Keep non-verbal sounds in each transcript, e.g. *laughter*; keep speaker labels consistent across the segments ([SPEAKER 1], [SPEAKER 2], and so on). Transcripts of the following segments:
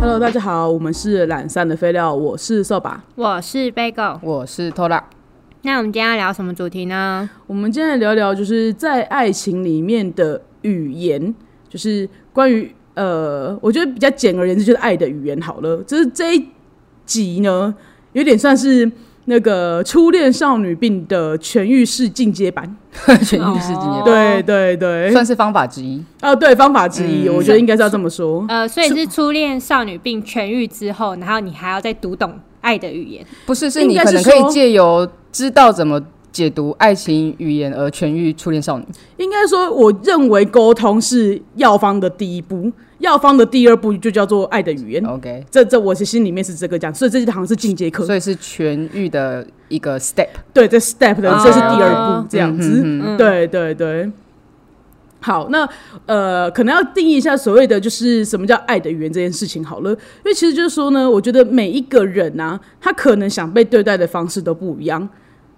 [SPEAKER 1] Hello，大家好，我们是懒散的废料，我是扫把。
[SPEAKER 2] 我是 Bagel。
[SPEAKER 3] 我是
[SPEAKER 1] *laughs*
[SPEAKER 3] 偷拉，
[SPEAKER 2] 那我们今天要聊什么主题呢？
[SPEAKER 1] 我们今天来聊聊，就是在爱情里面的语言，就是关于呃，我觉得比较简而言之，就是爱的语言好了。就是这一集呢，有点算是那个初恋少女病的痊愈式进阶版。
[SPEAKER 3] 全浴室今
[SPEAKER 2] 哦
[SPEAKER 3] 年
[SPEAKER 1] 对对对，
[SPEAKER 3] 算是方法之一。
[SPEAKER 1] 啊，对，方法之一，我觉得应该是要这么说。
[SPEAKER 2] 呃，所以是初恋少女病痊愈之后，然后你还要再读懂爱的语言。
[SPEAKER 3] 不是，是
[SPEAKER 1] 应
[SPEAKER 3] 你
[SPEAKER 1] 该
[SPEAKER 3] 可
[SPEAKER 1] 是
[SPEAKER 3] 能可以
[SPEAKER 1] 说
[SPEAKER 3] 借由知道怎么解读爱情语言而痊愈初恋少女。
[SPEAKER 1] 应该说，我认为沟通是药方的第一步，药方的第二步就叫做爱的语言。
[SPEAKER 3] OK，
[SPEAKER 1] 这这我是心里面是这个讲，所以这好像是进阶课，
[SPEAKER 3] 所以是痊愈的一个 step。
[SPEAKER 1] 对，这 step 的
[SPEAKER 2] 哦
[SPEAKER 1] 这是第二步，这样子，
[SPEAKER 3] 嗯
[SPEAKER 2] 嗯，
[SPEAKER 1] 对对对。好，那呃，可能要定义一下所谓的就是什么叫爱的语言这件事情好了，因为其实就是说呢，我觉得每一个人啊，他可能想被对待的方式都不一样，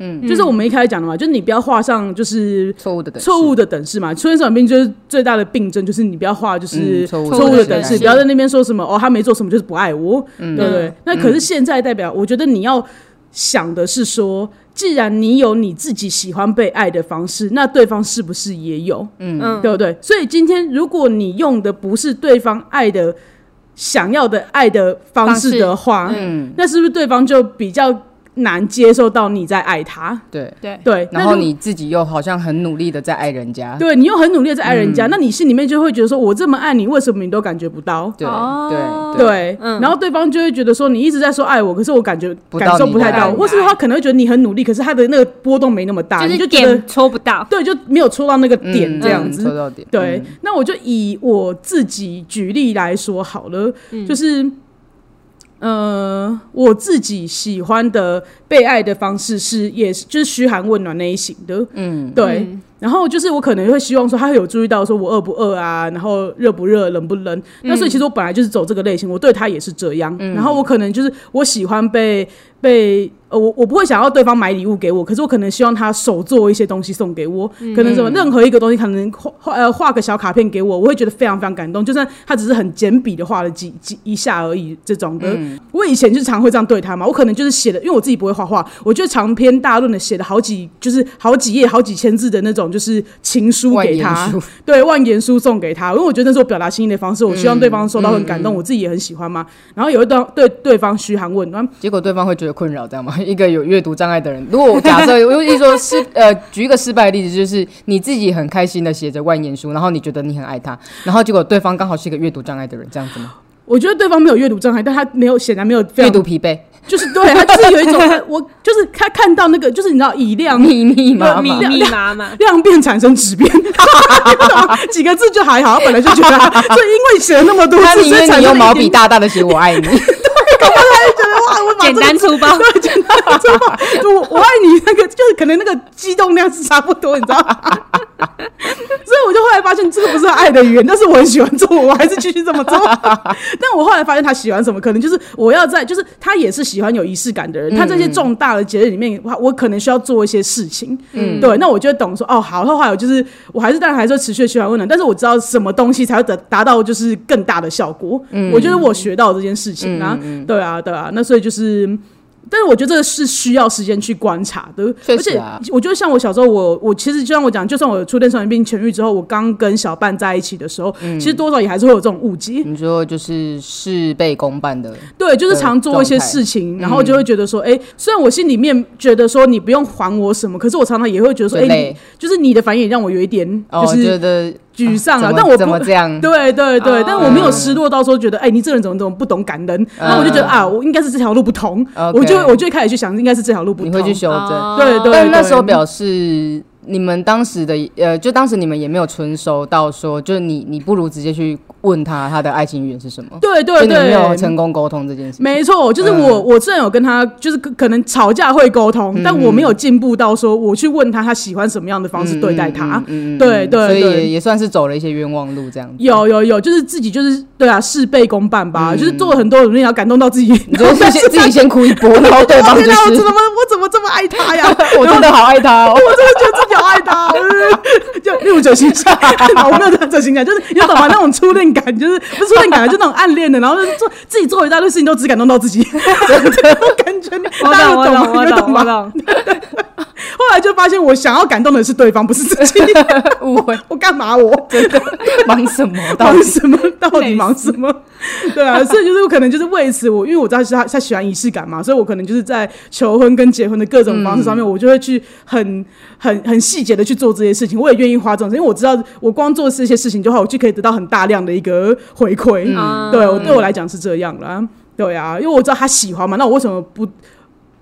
[SPEAKER 1] 嗯，就是我们一开始讲的嘛，就是你不要画上就是
[SPEAKER 3] 错误的等式
[SPEAKER 1] 错误的等式嘛，出现少女病就是最大的病症，就是你不要画就是
[SPEAKER 3] 嗯错误
[SPEAKER 1] 错误的
[SPEAKER 2] 的
[SPEAKER 1] 等
[SPEAKER 2] 等
[SPEAKER 1] 式，
[SPEAKER 2] 式
[SPEAKER 1] 不要在那边说什么哦，他没做什么就是不爱我，
[SPEAKER 3] 嗯
[SPEAKER 1] 对不对？那可是现在代表，我觉得你要想的是说，既然你有你自己喜欢被爱的方式，那对方是不是也有，
[SPEAKER 2] 嗯
[SPEAKER 1] 对不对？所以今天如果你用的不是对方爱的想要的爱的方式的话，
[SPEAKER 3] 嗯，
[SPEAKER 1] 那是不是对方就比较难接受到你在爱他？
[SPEAKER 3] 对。
[SPEAKER 2] 对，
[SPEAKER 1] 对，
[SPEAKER 3] 然
[SPEAKER 1] 那
[SPEAKER 3] 后
[SPEAKER 1] 如
[SPEAKER 3] 你自己又好像很努力的在爱人家。
[SPEAKER 1] 对你又很努力的在爱人
[SPEAKER 3] 嗯
[SPEAKER 1] 家，那你心里面就会觉得说，我这么爱你，为什么你都感觉不到？
[SPEAKER 3] 对
[SPEAKER 2] 哦
[SPEAKER 3] 对
[SPEAKER 1] 对，然后对方就会觉得说，你一直在说爱我，可是我感觉
[SPEAKER 3] 不到
[SPEAKER 1] 感受
[SPEAKER 3] 你
[SPEAKER 1] 不太
[SPEAKER 3] 的
[SPEAKER 1] 到，
[SPEAKER 3] 爱
[SPEAKER 1] 或是他可能会觉得你很努力，可是他的那个波动没那么大，
[SPEAKER 2] 就
[SPEAKER 1] 啊你就是觉得
[SPEAKER 2] 点戳不
[SPEAKER 1] *laughs*
[SPEAKER 2] 到。
[SPEAKER 1] 对，就没有戳到那个点
[SPEAKER 3] 嗯
[SPEAKER 1] 这样
[SPEAKER 3] 嗯
[SPEAKER 1] 子。
[SPEAKER 3] 戳到点。
[SPEAKER 1] 对，
[SPEAKER 3] 嗯，
[SPEAKER 1] 那我就以我自己举例来说好了，就是呃，我自己喜欢的被爱的方式是，也是就是嘘寒问暖那一型的，嗯，对。
[SPEAKER 2] 嗯
[SPEAKER 1] 然后就是我可能会希望说，他会有注意到说我饿不饿啊，然后热不热，冷不冷。那所以其实我本来就是走这个类型，我对他也是这样。然后我可能就是我喜欢被被呃，我我不会想要对方买礼物给我，可是我可能希望他手做一些东西送给我，可能什么任何一个东西，可能画画呃画个小卡片给我，我会觉得非常非常感动。就算他只是很简笔的画了几几一下而已，这种的，
[SPEAKER 3] 嗯
[SPEAKER 1] 我以前就是常会这样对他嘛。我可能就是写的，因为我自己不会画画，我就长篇大论的写了好几就是好几页、好几千字的那种就是情书
[SPEAKER 3] 万
[SPEAKER 1] 给
[SPEAKER 3] 言
[SPEAKER 1] 他，
[SPEAKER 3] 书
[SPEAKER 1] 对万言书送给他，因为我觉得那是我表达心意的方式，我希望对方收到很感
[SPEAKER 3] 嗯
[SPEAKER 1] 动，我自己也很喜欢嘛。然后也会对对对方嘘寒问暖，
[SPEAKER 3] 结果对方会觉得困扰，这样吗？ *laughs* 一个有阅读障碍的人，如果我假设，我一说失呃，举一个失败的例子，就是你自己很开心的写着万言书，然后你觉得你很爱他，然后结果对方刚好是一个阅读障碍的人，这样子吗？
[SPEAKER 1] 我觉得对方没有阅读障碍，但他没有显然没有非
[SPEAKER 3] 阅
[SPEAKER 1] 常
[SPEAKER 3] 读疲惫，
[SPEAKER 1] 就是对他就是有一种
[SPEAKER 3] *laughs*
[SPEAKER 1] 我就是他看到那个就是你知道以量
[SPEAKER 3] 密密麻
[SPEAKER 2] 密
[SPEAKER 3] 麻，
[SPEAKER 2] 密麻麻。
[SPEAKER 1] 量变产生质变，几个字就还好，他本来就觉得他，所以因为写了那么多
[SPEAKER 3] 他
[SPEAKER 1] 字，
[SPEAKER 3] 宁
[SPEAKER 1] 所以
[SPEAKER 3] 愿
[SPEAKER 1] 产
[SPEAKER 3] 你
[SPEAKER 1] 生
[SPEAKER 3] 用
[SPEAKER 1] 了一
[SPEAKER 3] 毛笔
[SPEAKER 1] 点
[SPEAKER 3] 大大的写我爱你，
[SPEAKER 1] 啊
[SPEAKER 2] 简单粗暴，
[SPEAKER 1] 简
[SPEAKER 3] *laughs*
[SPEAKER 1] 单粗暴，就我我爱你那个，就是可能那个激动量是差不多，你知道吗？ *laughs* 所以我就后来发现，这个不是爱的语言，但是我很喜欢做，我还是继续这么
[SPEAKER 3] *laughs*
[SPEAKER 1] 做。但我后来发现他喜欢什么，可能就是我要在，就是他也是喜欢有仪式感的
[SPEAKER 3] 嗯
[SPEAKER 1] 人。他这些重大的节日里面，我我可能需要做一些事情，嗯，对，那我就会懂说，哦，好。后来我就是，我还是当然还是会持续的喜欢温暖，但是我知道什么东西才会达达到就是更大的效果。
[SPEAKER 3] 嗯
[SPEAKER 1] 我觉得我学到这件事情啊，对啊，对啊，那所以就是。但是我觉得这个是需要时间去观察的，
[SPEAKER 3] 确
[SPEAKER 1] 而
[SPEAKER 3] 实
[SPEAKER 1] 且
[SPEAKER 3] 啊
[SPEAKER 1] 我觉得像我小时候，我我其实就像我讲，就算我有初恋少女病痊愈之后，我刚跟小伴在一起的时候，
[SPEAKER 3] 嗯
[SPEAKER 1] 其实多少也还是会有这种误解，
[SPEAKER 3] 你说就是事倍功半的，
[SPEAKER 1] 对，就是
[SPEAKER 3] 的
[SPEAKER 1] 常做一些
[SPEAKER 3] 状态嗯
[SPEAKER 1] 事情，然后就会觉得说，哎、虽然我心里面觉得说你不用还我什么，可是我常常也会觉得说，
[SPEAKER 3] 对
[SPEAKER 1] 哎、
[SPEAKER 3] 累
[SPEAKER 1] 你就是你的反应也让我有一点
[SPEAKER 3] 哦，
[SPEAKER 1] 就是
[SPEAKER 3] 觉得
[SPEAKER 1] 沮丧了、
[SPEAKER 3] 怎么
[SPEAKER 1] 但我
[SPEAKER 3] 怎
[SPEAKER 1] 不
[SPEAKER 3] 么嗯这样？
[SPEAKER 1] 对对对，
[SPEAKER 2] 哦
[SPEAKER 1] 但我没有失落到说觉得，哎、你这个人怎么怎么不懂感恩？然后我就觉得啊，我应该是这条路不同，
[SPEAKER 3] 嗯 OK
[SPEAKER 1] 我就我就会开始去想，应该是这条路不
[SPEAKER 3] 你
[SPEAKER 1] 同。
[SPEAKER 3] 会去修正，
[SPEAKER 2] 哦
[SPEAKER 1] 对对，
[SPEAKER 3] 但是那
[SPEAKER 1] 对
[SPEAKER 3] 时候表示你们当时的呃，就当时你们也没有纯熟到说，就是你你不如直接去问他他的爱情语言是什么，
[SPEAKER 1] 对
[SPEAKER 3] 就
[SPEAKER 1] 对
[SPEAKER 3] 你们没有
[SPEAKER 1] 对。
[SPEAKER 3] 成功沟通这件事。
[SPEAKER 1] 没错，就是
[SPEAKER 3] 嗯
[SPEAKER 1] 我，我虽然有跟他，就是可可能吵架会沟
[SPEAKER 3] 嗯
[SPEAKER 1] 通，但我没有进步到说我去问他他喜欢什么样的方式对待他。
[SPEAKER 3] 嗯
[SPEAKER 1] 对对
[SPEAKER 3] 所以
[SPEAKER 1] 对
[SPEAKER 3] 也也算是走了一些冤枉路这样子。
[SPEAKER 1] 有有有，就是自己就是对啊，事倍功半吧，就是做了很多努力，然后感动到自己，
[SPEAKER 3] 嗯你就
[SPEAKER 1] 但 *laughs*
[SPEAKER 3] 是
[SPEAKER 1] 是
[SPEAKER 3] 先自己先哭一波，然后对
[SPEAKER 1] 他
[SPEAKER 3] 方
[SPEAKER 1] 天
[SPEAKER 3] 就
[SPEAKER 1] 哪，我
[SPEAKER 3] 是
[SPEAKER 1] 怎么我怎么这么爱他呀？
[SPEAKER 3] *laughs* 我真的好爱他哦，
[SPEAKER 1] *laughs* 我真的觉得自己有爱他， *laughs* 就六九形
[SPEAKER 3] *laughs*
[SPEAKER 1] 象，我没有六九形象，就是你懂吗？那种初恋感，就是不是初恋感，啊就那种暗恋的，然后就是做自己做一大堆事情都只感动到
[SPEAKER 3] *laughs*
[SPEAKER 1] 自己，真的， *laughs* 我感觉
[SPEAKER 2] 我
[SPEAKER 1] 大家有
[SPEAKER 2] 懂，我
[SPEAKER 1] 吗
[SPEAKER 2] 懂，我
[SPEAKER 1] 你们
[SPEAKER 2] 懂，我
[SPEAKER 1] 吗？
[SPEAKER 2] 懂。
[SPEAKER 1] 后来就发现，我想要感动的是对方，不是自己。
[SPEAKER 3] 误会，
[SPEAKER 1] 啊我干嘛
[SPEAKER 3] *laughs*
[SPEAKER 1] 我？
[SPEAKER 3] 真的忙什么？到
[SPEAKER 1] 忙
[SPEAKER 3] 底
[SPEAKER 1] 什么？到底
[SPEAKER 2] 累
[SPEAKER 1] 忙什么？对
[SPEAKER 3] *laughs*
[SPEAKER 1] 啊，所以就是我可能就是为此我，因为我知道是他他喜欢仪式感嘛，所以我可能就是在求婚跟结婚的各种方式上
[SPEAKER 3] 嗯
[SPEAKER 1] 面，我就会去很很很细节的去做这些事情。我也愿意花这种，因为我知道我光做这些事情的话，我就可以得到很大量的一个回馈。
[SPEAKER 2] 嗯
[SPEAKER 1] 对我对我来讲是这样啦。对啊，因为我知道他喜欢嘛，那我为什么不？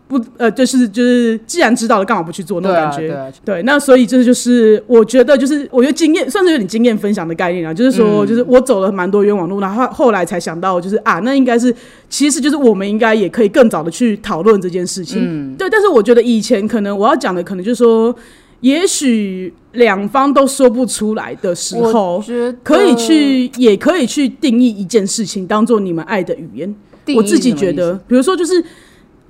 [SPEAKER 1] 不，呃，就是就是，既然知道了，干嘛不去做那
[SPEAKER 3] 对
[SPEAKER 1] 种
[SPEAKER 3] 啊
[SPEAKER 1] 感觉？
[SPEAKER 3] 对啊，
[SPEAKER 1] *laughs* 对，那所以这就是我觉得就是我觉得经验算是有点经验分享的概念啊，就是
[SPEAKER 3] 嗯
[SPEAKER 1] 说就是我走了蛮多冤枉路，然后后来才想到就是啊，那应该是其实就是我们应该也可以更早的去讨论这件事情。
[SPEAKER 3] 嗯
[SPEAKER 1] 对，但是我觉得以前可能我要讲的可能就是说，也许两方都说不出来的时
[SPEAKER 3] 我
[SPEAKER 1] 候。
[SPEAKER 3] 觉得
[SPEAKER 1] 可以去，也可以去定义一件事情，当做你们爱的语言。
[SPEAKER 3] 定义
[SPEAKER 1] 我自己
[SPEAKER 3] 什么
[SPEAKER 1] 觉
[SPEAKER 3] 意思
[SPEAKER 1] 得，比如说就是，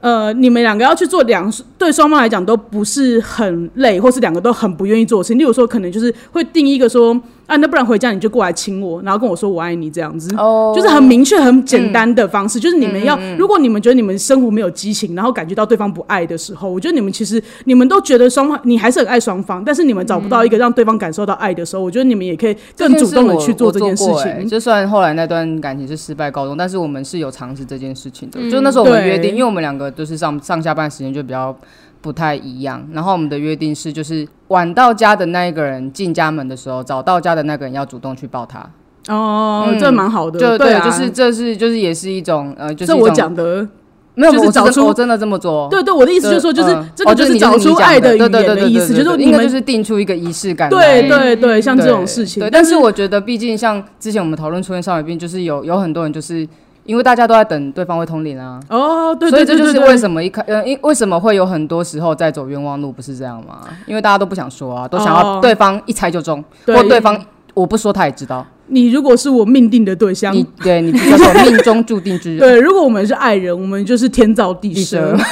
[SPEAKER 1] 呃，你们两个要去做两对双方来讲都不是很累，或是两个都很不愿意做的事情。例如说，可能就是会定一个说，啊，那不然回家你就过来亲我，然后跟我说我爱你这样子。
[SPEAKER 3] 哦，嗯
[SPEAKER 1] 就是很明确、很简单的方式，就是你们要，如果你们觉得你们生活没有激情，然后感觉到对方不爱的时候，我觉得你们其实你们都觉得双方你还是很爱双方，但是你们找不
[SPEAKER 3] 嗯
[SPEAKER 1] 到一个让对方感受到爱的时候，我觉得你们也可以更主动的去
[SPEAKER 3] 做
[SPEAKER 1] 这件事
[SPEAKER 3] 过欸
[SPEAKER 1] 情。
[SPEAKER 3] 就算后来那段感情是失败告终，但是我们是有尝试这件事情的。就那时候我们
[SPEAKER 1] 嗯对
[SPEAKER 3] 约定，因为我们两个就是上上下班时间就比较不太一样，然后我们的约定是，就是晚到家的那一个人进家门的时候，早到家的那个人要主动去抱他。
[SPEAKER 1] 哦，这蛮好的，
[SPEAKER 3] 嗯就
[SPEAKER 1] 对啊，
[SPEAKER 3] 就是这是就是也是一种呃，就是
[SPEAKER 1] 这
[SPEAKER 3] 一种
[SPEAKER 1] 我讲的，
[SPEAKER 3] 没有，
[SPEAKER 1] 就是
[SPEAKER 3] 我
[SPEAKER 1] 找
[SPEAKER 3] 真
[SPEAKER 1] 出
[SPEAKER 3] 我真的这么做。
[SPEAKER 1] 对对，我的意思就是说，
[SPEAKER 3] 对
[SPEAKER 1] 就是
[SPEAKER 3] 嗯
[SPEAKER 1] 这
[SPEAKER 3] 哦
[SPEAKER 1] 个
[SPEAKER 3] 就
[SPEAKER 1] 就是
[SPEAKER 3] 你
[SPEAKER 1] 找
[SPEAKER 3] 就是你
[SPEAKER 1] 出
[SPEAKER 3] 讲
[SPEAKER 1] 爱的
[SPEAKER 3] 的
[SPEAKER 1] 语言
[SPEAKER 3] 对对对
[SPEAKER 1] 的意
[SPEAKER 3] 对
[SPEAKER 1] 思，
[SPEAKER 3] 对
[SPEAKER 1] 就是
[SPEAKER 3] 对
[SPEAKER 1] 你
[SPEAKER 3] 应该就
[SPEAKER 1] 们
[SPEAKER 3] 是定出一个仪式感来。
[SPEAKER 1] 对对对，像这种事情
[SPEAKER 3] 对，，但是我觉得，毕竟像之前我们讨论出现少女病，就是有有很多人就是因为大家都在等对方会通灵啊，
[SPEAKER 1] 哦，对
[SPEAKER 3] 所
[SPEAKER 1] 对
[SPEAKER 3] 以
[SPEAKER 1] 对
[SPEAKER 3] 这就
[SPEAKER 1] 对
[SPEAKER 3] 是
[SPEAKER 1] 对
[SPEAKER 3] 为。什么一开呃，因为什么会有很多时候在走冤枉路，不是这样吗？因为大家都不想说啊，都想
[SPEAKER 1] 哦
[SPEAKER 3] 要对方一猜就中，
[SPEAKER 1] 对
[SPEAKER 3] 哦或对方我不说他也知道，
[SPEAKER 1] 你如果是我命定的对象
[SPEAKER 3] 你，对你叫做命中注定之人。
[SPEAKER 1] *laughs* 对，如果我们是爱人，我们就是天造地
[SPEAKER 3] 地
[SPEAKER 1] 设
[SPEAKER 3] 设。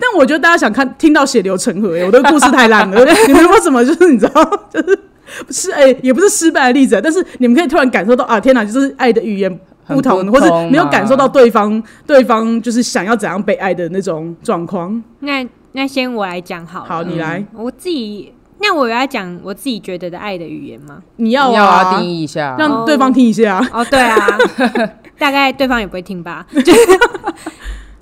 [SPEAKER 1] 但我觉得大家想看听到血流成河、欸，我的故事太烂了。 *laughs* 你们为什么就是你知道，就是是哎、也不是失败的例子啊，但是你们可以突然感受到啊，天哪，就是爱的语言不同，
[SPEAKER 3] 很不
[SPEAKER 1] 或
[SPEAKER 3] 同啊嘛
[SPEAKER 1] 者没有感受到对方对方就是想要怎样被爱的那种状况。
[SPEAKER 2] 那那先我来讲好了。
[SPEAKER 1] 好，你来，
[SPEAKER 2] 我自己，那我有要讲我自己觉得的爱的语言吗？
[SPEAKER 1] 你要
[SPEAKER 3] 你
[SPEAKER 1] 啊，
[SPEAKER 3] 要啊，定义一
[SPEAKER 1] *laughs*
[SPEAKER 3] 下，
[SPEAKER 1] 让对方听一下啊。 *laughs*
[SPEAKER 2] 哦，对啊，大概对方也不会听吧， *laughs* 就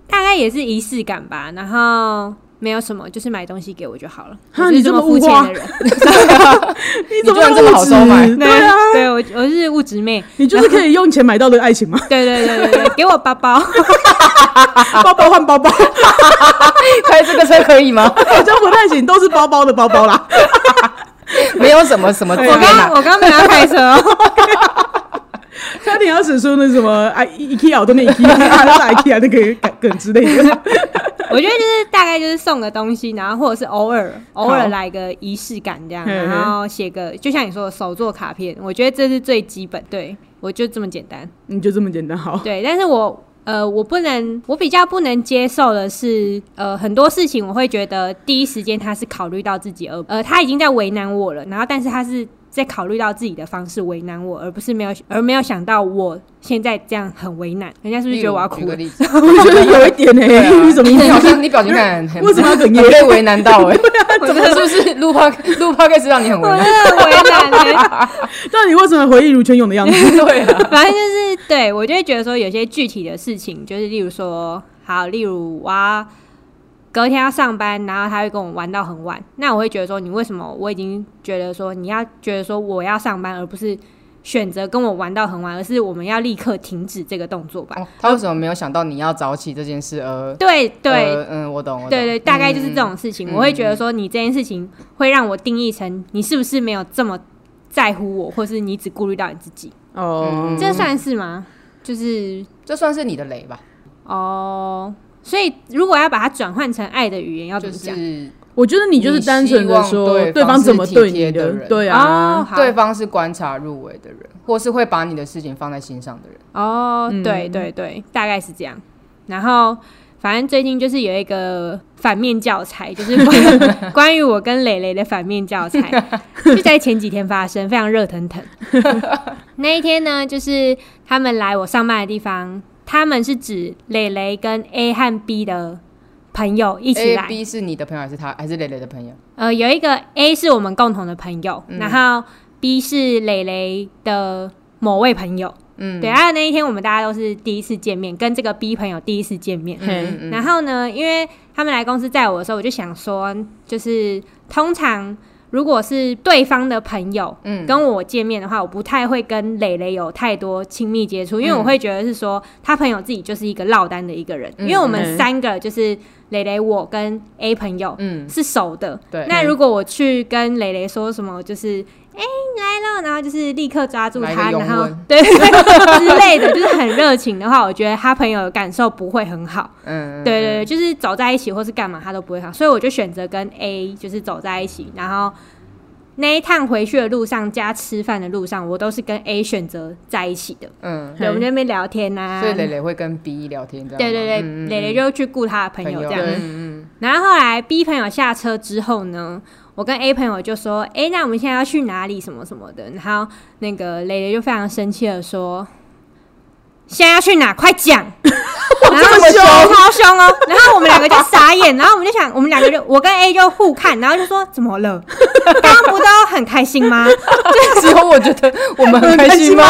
[SPEAKER 2] 大概也是仪式感吧。然后没有什么，就是买东西给我就好了。
[SPEAKER 1] 哈
[SPEAKER 2] 我是
[SPEAKER 1] 你
[SPEAKER 2] 这
[SPEAKER 1] 这么
[SPEAKER 2] 肤
[SPEAKER 1] 物
[SPEAKER 2] 浅
[SPEAKER 1] 化 *laughs*
[SPEAKER 2] 的人，
[SPEAKER 1] 你
[SPEAKER 3] 你
[SPEAKER 1] 怎么
[SPEAKER 3] 居然这么
[SPEAKER 1] 物
[SPEAKER 3] 好
[SPEAKER 1] 质
[SPEAKER 3] 收买
[SPEAKER 1] 对啊，
[SPEAKER 2] 对我我是物质妹，
[SPEAKER 1] *laughs* 你就是可以用钱买到的爱情
[SPEAKER 3] *laughs*
[SPEAKER 1] 嘛，
[SPEAKER 2] 对对对对
[SPEAKER 1] *laughs*
[SPEAKER 2] 对，给我包包，
[SPEAKER 1] 包包换包包， *laughs*
[SPEAKER 3] 开这个车可以吗？ *laughs*
[SPEAKER 1] 我觉得我的爱情都是包包的包包啦。 *laughs*
[SPEAKER 3] 没有什么什么字
[SPEAKER 1] 对
[SPEAKER 3] 面
[SPEAKER 2] 我刚
[SPEAKER 3] 啊，
[SPEAKER 2] 我刚没有要开车哦， *laughs*
[SPEAKER 1] 差点要使出那什么哎 IKEA 我都没 IKEA，大 *laughs* IKEA 那个梗梗之类的。 *laughs*
[SPEAKER 2] 我觉得就是大概就是送个东西，然后或者是偶尔偶
[SPEAKER 1] 好
[SPEAKER 2] 尔来个仪式感这样，
[SPEAKER 1] 嘿嘿
[SPEAKER 2] 然后写个就像你说的手做卡片，我觉得这是最基本，对我就这么简单。
[SPEAKER 1] 你就这么简单好。 *laughs*
[SPEAKER 2] 对，但是我呃，我不能，我比较不能接受的是，呃，很多事情我会觉得第一时间他是考虑到自己，而呃，他已经在为难我了，然后但是他是在考虑到自己的方式为难我，而不是没有而没有想到我现在这样很为难，人家是不是觉得我要
[SPEAKER 3] 举
[SPEAKER 2] 哭
[SPEAKER 3] 个
[SPEAKER 2] 了？
[SPEAKER 3] 例子，
[SPEAKER 1] 我觉得有一点呢、
[SPEAKER 3] 对啊
[SPEAKER 1] *laughs* 你怎么
[SPEAKER 3] 你
[SPEAKER 1] 一
[SPEAKER 3] *laughs* 表
[SPEAKER 1] 定
[SPEAKER 3] 情你表情看 *laughs* 很
[SPEAKER 1] 为什么要哽
[SPEAKER 3] 很
[SPEAKER 1] 咽？
[SPEAKER 3] 被为难到哎、我觉得是不是录 p o d 录 p o d 让你很
[SPEAKER 2] *laughs*
[SPEAKER 3] 为
[SPEAKER 2] 我
[SPEAKER 3] *laughs* 难？
[SPEAKER 2] 真的为难、欸，
[SPEAKER 1] 到底为什么回忆如泉涌的样子？
[SPEAKER 3] 对啊，
[SPEAKER 2] *laughs* 反正就是对我就会觉得说，有些具体的事情，就是例如说，好，例如我要隔天要上班，然后他会跟我玩到很晚，那我会觉得说，你为什么我已经觉得说你要觉得说我要上班，而不是选择跟我玩到很晚，而是我们要立刻停止这个动作吧？
[SPEAKER 3] 哦他为什么没有想到你要早起这件事而？
[SPEAKER 2] 对对、
[SPEAKER 3] 呃嗯，我懂，我懂。嗯
[SPEAKER 2] 对对，大概就是这种事情，我会觉得说，你这件事情会让我定义成你是不是没有这么在乎我，或是你只顾虑到你自己，
[SPEAKER 3] 嗯
[SPEAKER 1] 哦，
[SPEAKER 2] 这算是吗？就是
[SPEAKER 3] 这算是你的雷吧？
[SPEAKER 2] 哦，所以如果要把它转换成爱的语言，要怎
[SPEAKER 3] 就
[SPEAKER 2] 么讲？
[SPEAKER 3] 是
[SPEAKER 1] 我觉得你就是单纯的
[SPEAKER 3] 你希
[SPEAKER 1] 说
[SPEAKER 3] 望
[SPEAKER 1] 对
[SPEAKER 3] 对
[SPEAKER 1] 方
[SPEAKER 3] 方
[SPEAKER 1] 怎么对你
[SPEAKER 3] 是体贴的人
[SPEAKER 1] 对啊，
[SPEAKER 2] 哦，好，
[SPEAKER 3] 对方是观察入微的人，或是会把你的事情放在心上的人。
[SPEAKER 1] 嗯
[SPEAKER 2] 哦，对对对，大概是这样。然后反正最近就是有一个反面教材，
[SPEAKER 1] *laughs*
[SPEAKER 2] 就是关关于我跟蕾蕾的反面教材，就在前几天发生，非常热腾腾。
[SPEAKER 1] *laughs*
[SPEAKER 2] 那一天呢，就是他们来我上班的地方，他们是指蕾蕾跟 A 和 B 的朋友一起
[SPEAKER 3] A
[SPEAKER 2] 来。
[SPEAKER 3] B 是你的朋友还是他还是蕾蕾的朋友？
[SPEAKER 2] 呃，有一个 A 是我们共同的朋友，
[SPEAKER 3] 嗯
[SPEAKER 2] 然后 B 是蕾蕾的某位朋友。
[SPEAKER 3] 嗯，
[SPEAKER 2] 对，还有那一天我们大家都是第一次见面，跟这个 B 朋友第一次见面。
[SPEAKER 3] 嗯嗯
[SPEAKER 2] 然后呢，因为他们来公司载我的时候，我就想说，就是通常如果是对方的朋友
[SPEAKER 3] 嗯
[SPEAKER 2] 跟我见面的话，我不太会跟蕾蕾有太多亲密接触，因为我会觉得是说他朋友自己就是一个落单的一个人，
[SPEAKER 3] 嗯
[SPEAKER 2] 因为我们
[SPEAKER 1] 嗯
[SPEAKER 2] 三个就是蕾蕾、我跟 A 朋友，
[SPEAKER 3] 嗯，
[SPEAKER 2] 是熟的。
[SPEAKER 3] 对
[SPEAKER 2] 那如果我去跟蕾蕾说什么，就是哎、你来了，然后就是立刻抓住
[SPEAKER 3] 来
[SPEAKER 2] 他，
[SPEAKER 3] 个拥
[SPEAKER 2] 然后
[SPEAKER 3] 吻
[SPEAKER 2] 对之类的，就是很热情的话，我觉得他朋友的感受不会很好。
[SPEAKER 3] 嗯，嗯
[SPEAKER 2] 对对对，就是走在一起或是干嘛，他都不会好。所以我就选择跟 A 就是走在一起，然后。那一趟回去的路上加吃饭的路上，我都是跟 A 选择在一起的。
[SPEAKER 3] 嗯，
[SPEAKER 2] 对，我们在那边聊天呐、
[SPEAKER 3] 所以蕾蕾会跟 B 聊天，这样吗
[SPEAKER 2] 对对对，
[SPEAKER 3] 嗯嗯
[SPEAKER 2] 蕾蕾就去顾他的朋友这样。
[SPEAKER 3] 对 *laughs* 嗯
[SPEAKER 2] 然后后来 B 朋友下车之后呢，我跟 A 朋友就说：“哎、那我们现在要去哪里？什么什么的。”然后那个蕾蕾就非常生气的说：“现在要去哪？快讲！” *laughs* 然后
[SPEAKER 1] 这么凶
[SPEAKER 2] 超凶哦！然后我们两个就傻眼，然后我们就想，我们两个就我跟 A 就互看，然后就说：“怎么了？刚刚不都很开心吗？” *laughs*
[SPEAKER 3] 嗯只有我觉得我们很开
[SPEAKER 1] *laughs*
[SPEAKER 3] 心吗？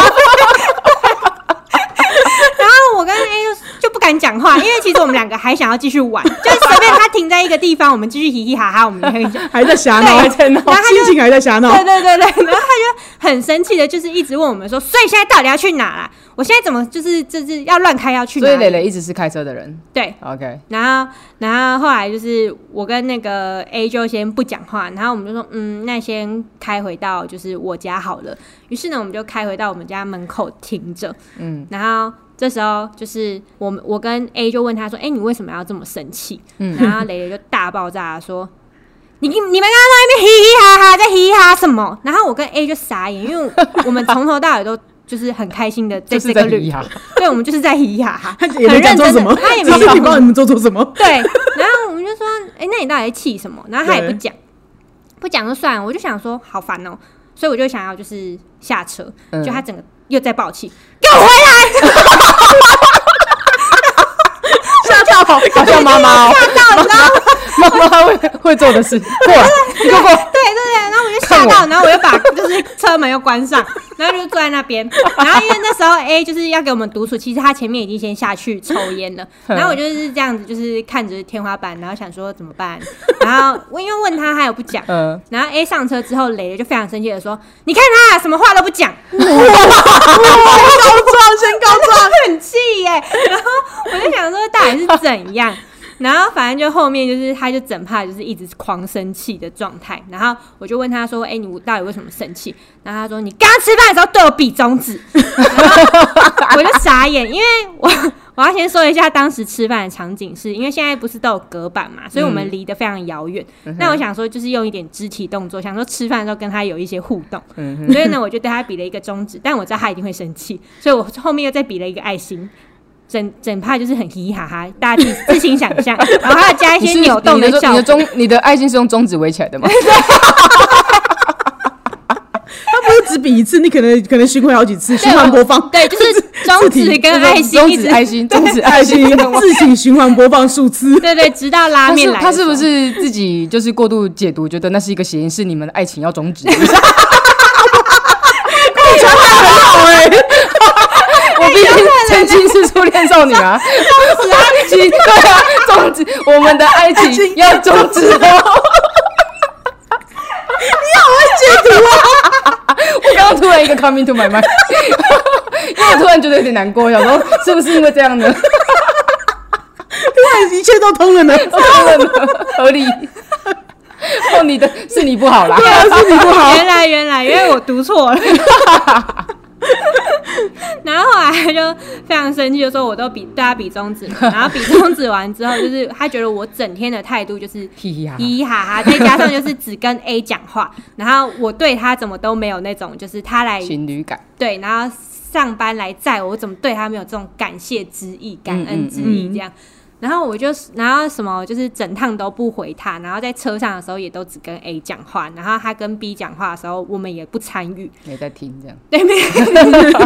[SPEAKER 2] 然后我跟 A 就就不敢讲话，因为其实我们两个还想要继续玩，就是随便他停在一个地方，我们继续嘻嘻哈哈，我们就会
[SPEAKER 1] 还在瞎闹，
[SPEAKER 2] 对
[SPEAKER 1] 在闹
[SPEAKER 2] 然后他就
[SPEAKER 1] 心情还在瞎
[SPEAKER 3] 哦
[SPEAKER 1] 闹。
[SPEAKER 2] 对对对对，然后他就很生气的，就是一直问我们说，所以现在到底要去哪啦？我现在怎么就是就是要乱开要去哪
[SPEAKER 3] 所
[SPEAKER 2] 里？
[SPEAKER 3] 以蕾蕾一直是开车的人
[SPEAKER 2] 对，
[SPEAKER 3] ，OK，
[SPEAKER 2] 然后然后后来就是我跟那个 A 就先不讲话，然后我们就说，嗯，那先开回到就是我家好了。于是呢，我们就开回到我们家门口停着，
[SPEAKER 3] 嗯
[SPEAKER 2] 然后。这时候就是我们，我跟 A 就问他说：“哎、你为什么要这么生气？”
[SPEAKER 1] 嗯
[SPEAKER 2] 然后蕾蕾就大爆炸地说：“你你们刚刚在那边嘻嘻哈哈，在嘻嘻哈哈什么？”然后我跟 A 就傻眼，因为我们从头到尾都就是很开心的在
[SPEAKER 3] 就是
[SPEAKER 2] 这
[SPEAKER 3] 在
[SPEAKER 2] 个旅， *laughs*
[SPEAKER 3] 哈，
[SPEAKER 2] 对，我们就是在嘻嘻哈哈，
[SPEAKER 1] 他 *laughs*
[SPEAKER 2] 很
[SPEAKER 1] 也没
[SPEAKER 2] 认
[SPEAKER 1] 敢做
[SPEAKER 2] 真
[SPEAKER 1] 什么，
[SPEAKER 2] 的，他也没
[SPEAKER 1] 只是你不知道
[SPEAKER 2] 讲
[SPEAKER 1] 你们做错什么。
[SPEAKER 2] *laughs* 对，然后我们就说：“哎、那你到底在气什么？”然后他也不
[SPEAKER 1] 对
[SPEAKER 2] 讲，不讲就算了。我就想说，好烦哦、所以我就想要就是下车，
[SPEAKER 3] 嗯
[SPEAKER 2] 就他整个又在爆气，给我回来！
[SPEAKER 3] *laughs* 吓到好 *laughs* 好像妈
[SPEAKER 2] *laughs*
[SPEAKER 3] 妈哦， *laughs* 妈妈会会做的事，
[SPEAKER 2] *laughs*
[SPEAKER 3] 过来，你给我过来，
[SPEAKER 2] 对对对，然后我就
[SPEAKER 3] 看
[SPEAKER 2] 吓
[SPEAKER 3] 我
[SPEAKER 2] 到，然后我就把就是车门又关上， *laughs* 然后就坐在那边。然后因为那时候 A 就是要给我们独处，其实他前面已经先下去抽烟了。
[SPEAKER 3] 嗯
[SPEAKER 2] 然后我就是这样子，就是看着天花板，然后想说怎么办。然后我因为问他，他也不讲。
[SPEAKER 3] 嗯，
[SPEAKER 2] 然后 A 上车之后，蕾蕾就非常生气的说：“你看他啊什么话都不讲，
[SPEAKER 1] 高壮，先高
[SPEAKER 2] *laughs*
[SPEAKER 1] 壮。
[SPEAKER 2] 很气耶、然后我就想说，到底是怎样？然后反正就后面就是，他就整怕就是一直狂生气的状态。然后我就问他说：“哎、你到底为什么生气？”然后他说：“你刚刚吃饭的时候对我比中指。”然
[SPEAKER 3] *laughs*
[SPEAKER 2] 后我就傻眼，因为我我要先说一下当时吃饭的场景是，因为现在不是都有隔板嘛，所以我们离得非常遥远。
[SPEAKER 3] 嗯
[SPEAKER 2] 那我想说，就是用一点肢体动作，想说吃饭的时候跟他有一些互动。
[SPEAKER 3] 嗯
[SPEAKER 2] 所以呢，我就对他比了一个中指，但我知道他一定会生气，所以我后面又再比了一个爱心。整整怕就是很嘻嘻哈哈，大家自己自行想
[SPEAKER 3] *laughs*
[SPEAKER 2] 象，然后还有加一
[SPEAKER 3] 你
[SPEAKER 2] 些
[SPEAKER 3] 是
[SPEAKER 2] 扭动
[SPEAKER 3] 你的
[SPEAKER 2] 效
[SPEAKER 3] 你的
[SPEAKER 2] 果。
[SPEAKER 3] 中你的爱心是用中指围起来的吗？
[SPEAKER 1] 他不是只比一次，你可能可能循环好几次，循环播放，
[SPEAKER 2] 对，就是中指 *laughs* 跟爱心
[SPEAKER 3] 中
[SPEAKER 2] 一
[SPEAKER 3] 指
[SPEAKER 2] 直，
[SPEAKER 3] 爱心，中指
[SPEAKER 1] 爱
[SPEAKER 3] 爱
[SPEAKER 1] 心
[SPEAKER 3] 心。
[SPEAKER 2] *laughs*
[SPEAKER 1] 自己循环播放数 *laughs* 次。
[SPEAKER 2] 对对，直到拉
[SPEAKER 3] 他
[SPEAKER 2] 面
[SPEAKER 3] 是
[SPEAKER 2] 来
[SPEAKER 3] 他
[SPEAKER 2] 的时
[SPEAKER 3] 是
[SPEAKER 2] 候。
[SPEAKER 3] 不是自己就是过度解读，觉得那是一个谐音，是你们的爱情要
[SPEAKER 2] *laughs*
[SPEAKER 3] 终止？
[SPEAKER 1] 好哎，
[SPEAKER 3] 欸我毕竟曾经是初恋少女
[SPEAKER 2] *laughs*
[SPEAKER 3] 啊，终止爱情，对啊，终止我们的爱情要终止哦。你好会解读啊！ *laughs* 我刚刚突然一个 coming to my mind，因为我突然觉得有点难过，想说是不是因为这样呢？
[SPEAKER 1] 突然啊一切都通了
[SPEAKER 3] *laughs*
[SPEAKER 1] 呢。
[SPEAKER 3] 我突然合理。 *laughs* 哦，你的是你不好啦，
[SPEAKER 1] 对啊，
[SPEAKER 2] *laughs*
[SPEAKER 1] 是你不好。
[SPEAKER 2] 原来原来，因为我读错了。然后后来他就非常生气，就说我都比对他比中指嘛，然后比中指完之后，就是他觉得我整天的态度就是
[SPEAKER 3] 嘻嘻哈哈
[SPEAKER 2] 嘻嘻哈哈，再加上就是只跟 A 讲话，然后我对他怎么都没有那种就是他来
[SPEAKER 3] 情侣感，
[SPEAKER 2] 对，然后上班来载我，我怎么对他没有这种感谢之意、感恩之意这样。然后我就然后什么就是整趟都不回他，然后在车上的时候也都只跟 A 讲话，然后他跟 B 讲话的时候我们也不参与，
[SPEAKER 3] 没在听这样。
[SPEAKER 2] 对没 有？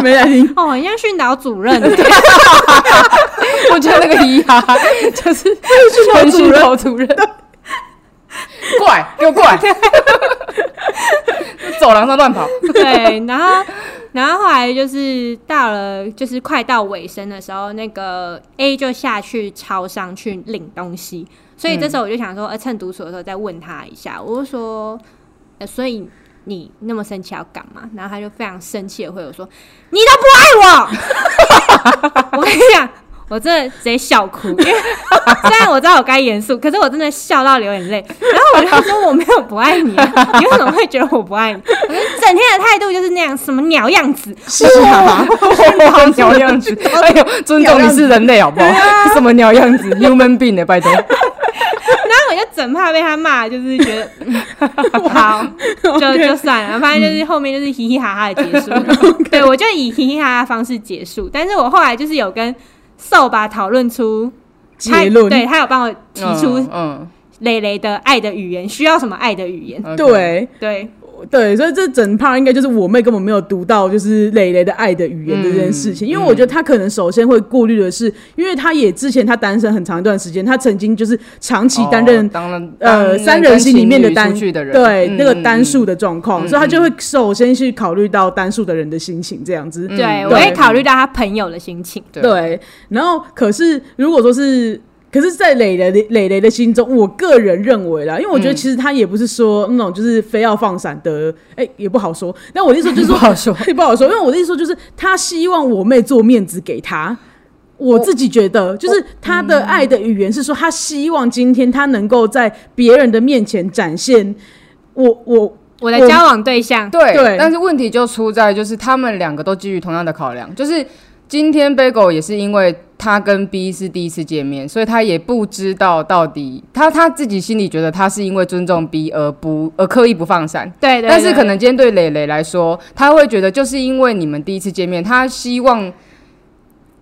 [SPEAKER 1] *laughs* 没来听。
[SPEAKER 2] 哦，很像训导主任，
[SPEAKER 3] 我觉得那个咿呀， *laughs* 就是全训导主任，过来给我过来， *laughs* 走廊上乱跑，
[SPEAKER 2] 对，然后然后后来就是到了就是快到尾声的时候，那个 A 就下去超商去领东西，所以这时候我就想说，呃，趁独处的时候再问他一下，我就说，呃，所以。你那么生气要干嘛？然后他就非常生气的回我说：“你都不爱我！” *laughs* 我跟你讲，我真的直接笑哭，因为 *laughs* 虽然我知道我该严肃，可是我真的笑到流眼泪。然后我就说：“我没有不爱你、啊， *laughs* 你为什么会觉得我不爱你？”我说：“整天的态度就是那样，什么鸟样子。”
[SPEAKER 1] 是啊，
[SPEAKER 3] 哦哇，鸟
[SPEAKER 1] *laughs*
[SPEAKER 3] 样子，哎呦，尊重你是人类好不好？
[SPEAKER 1] 啊
[SPEAKER 3] 什么鸟样子，human being 呢？拜托，
[SPEAKER 2] 然后我就整怕被他骂，就是觉得、
[SPEAKER 1] *laughs*
[SPEAKER 2] 嗯、好，就就算了，反
[SPEAKER 1] 嗯
[SPEAKER 2] 正就是后面就是嘻嘻哈哈
[SPEAKER 1] *laughs*
[SPEAKER 2] 的结束。对我就以嘻嘻哈哈的方式结束，但是我后来就是有跟瘦吧讨论出他
[SPEAKER 1] 结论
[SPEAKER 2] 对他有帮我提出
[SPEAKER 3] 嗯，
[SPEAKER 2] 蕾蕾的爱的语言，需要什么爱的语言？
[SPEAKER 3] 嗯，
[SPEAKER 1] 对
[SPEAKER 2] 对
[SPEAKER 1] 对，所以这整趴应该就是我妹根本没有读到，就是蕾蕾的爱的语言这件事情，因为我觉得她可能首先会顾虑的是，因为她也之前她单身很长一段时间，她曾经就是长期担任
[SPEAKER 3] 哦当了
[SPEAKER 1] 呃三人行里面的单
[SPEAKER 3] 去的人，嗯
[SPEAKER 1] 对、那个单数的状况，所以他就会首先去考虑到单数的人的心情这样子。
[SPEAKER 3] 嗯
[SPEAKER 2] 对，我会考虑到他朋友的心情。
[SPEAKER 3] 对
[SPEAKER 1] 对，然后可是如果说是。可是，在磊磊的磊磊的心中，我个人认为啦，因为我
[SPEAKER 3] 嗯
[SPEAKER 1] 觉得其实他也不是说那种就是非要放闪的，哎、也不好说。那我的意思就是说
[SPEAKER 3] 不好说
[SPEAKER 1] *laughs* 也不好说，因为我的意思说就是他希望我妹做面子给他。我自己觉得，就是他
[SPEAKER 3] 哦
[SPEAKER 1] 的
[SPEAKER 3] 嗯
[SPEAKER 1] 爱的语言是说，他希望今天他能够在别人的面前展现我我
[SPEAKER 2] 我的交往对象，
[SPEAKER 3] *laughs* 对，
[SPEAKER 1] 对
[SPEAKER 3] 但是问题就出在就是他们两个都基于同样的考量，就是今天 Bagel 也是因为他跟 B 是第一次见面，所以他也不知道到底他他自己心里觉得他是因为尊重 B 而不而刻意不放闪。
[SPEAKER 2] 对对
[SPEAKER 3] 但是
[SPEAKER 2] 对
[SPEAKER 3] 可能今天对蕾蕾来说，他会觉得就是因为你们第一次见面，他希望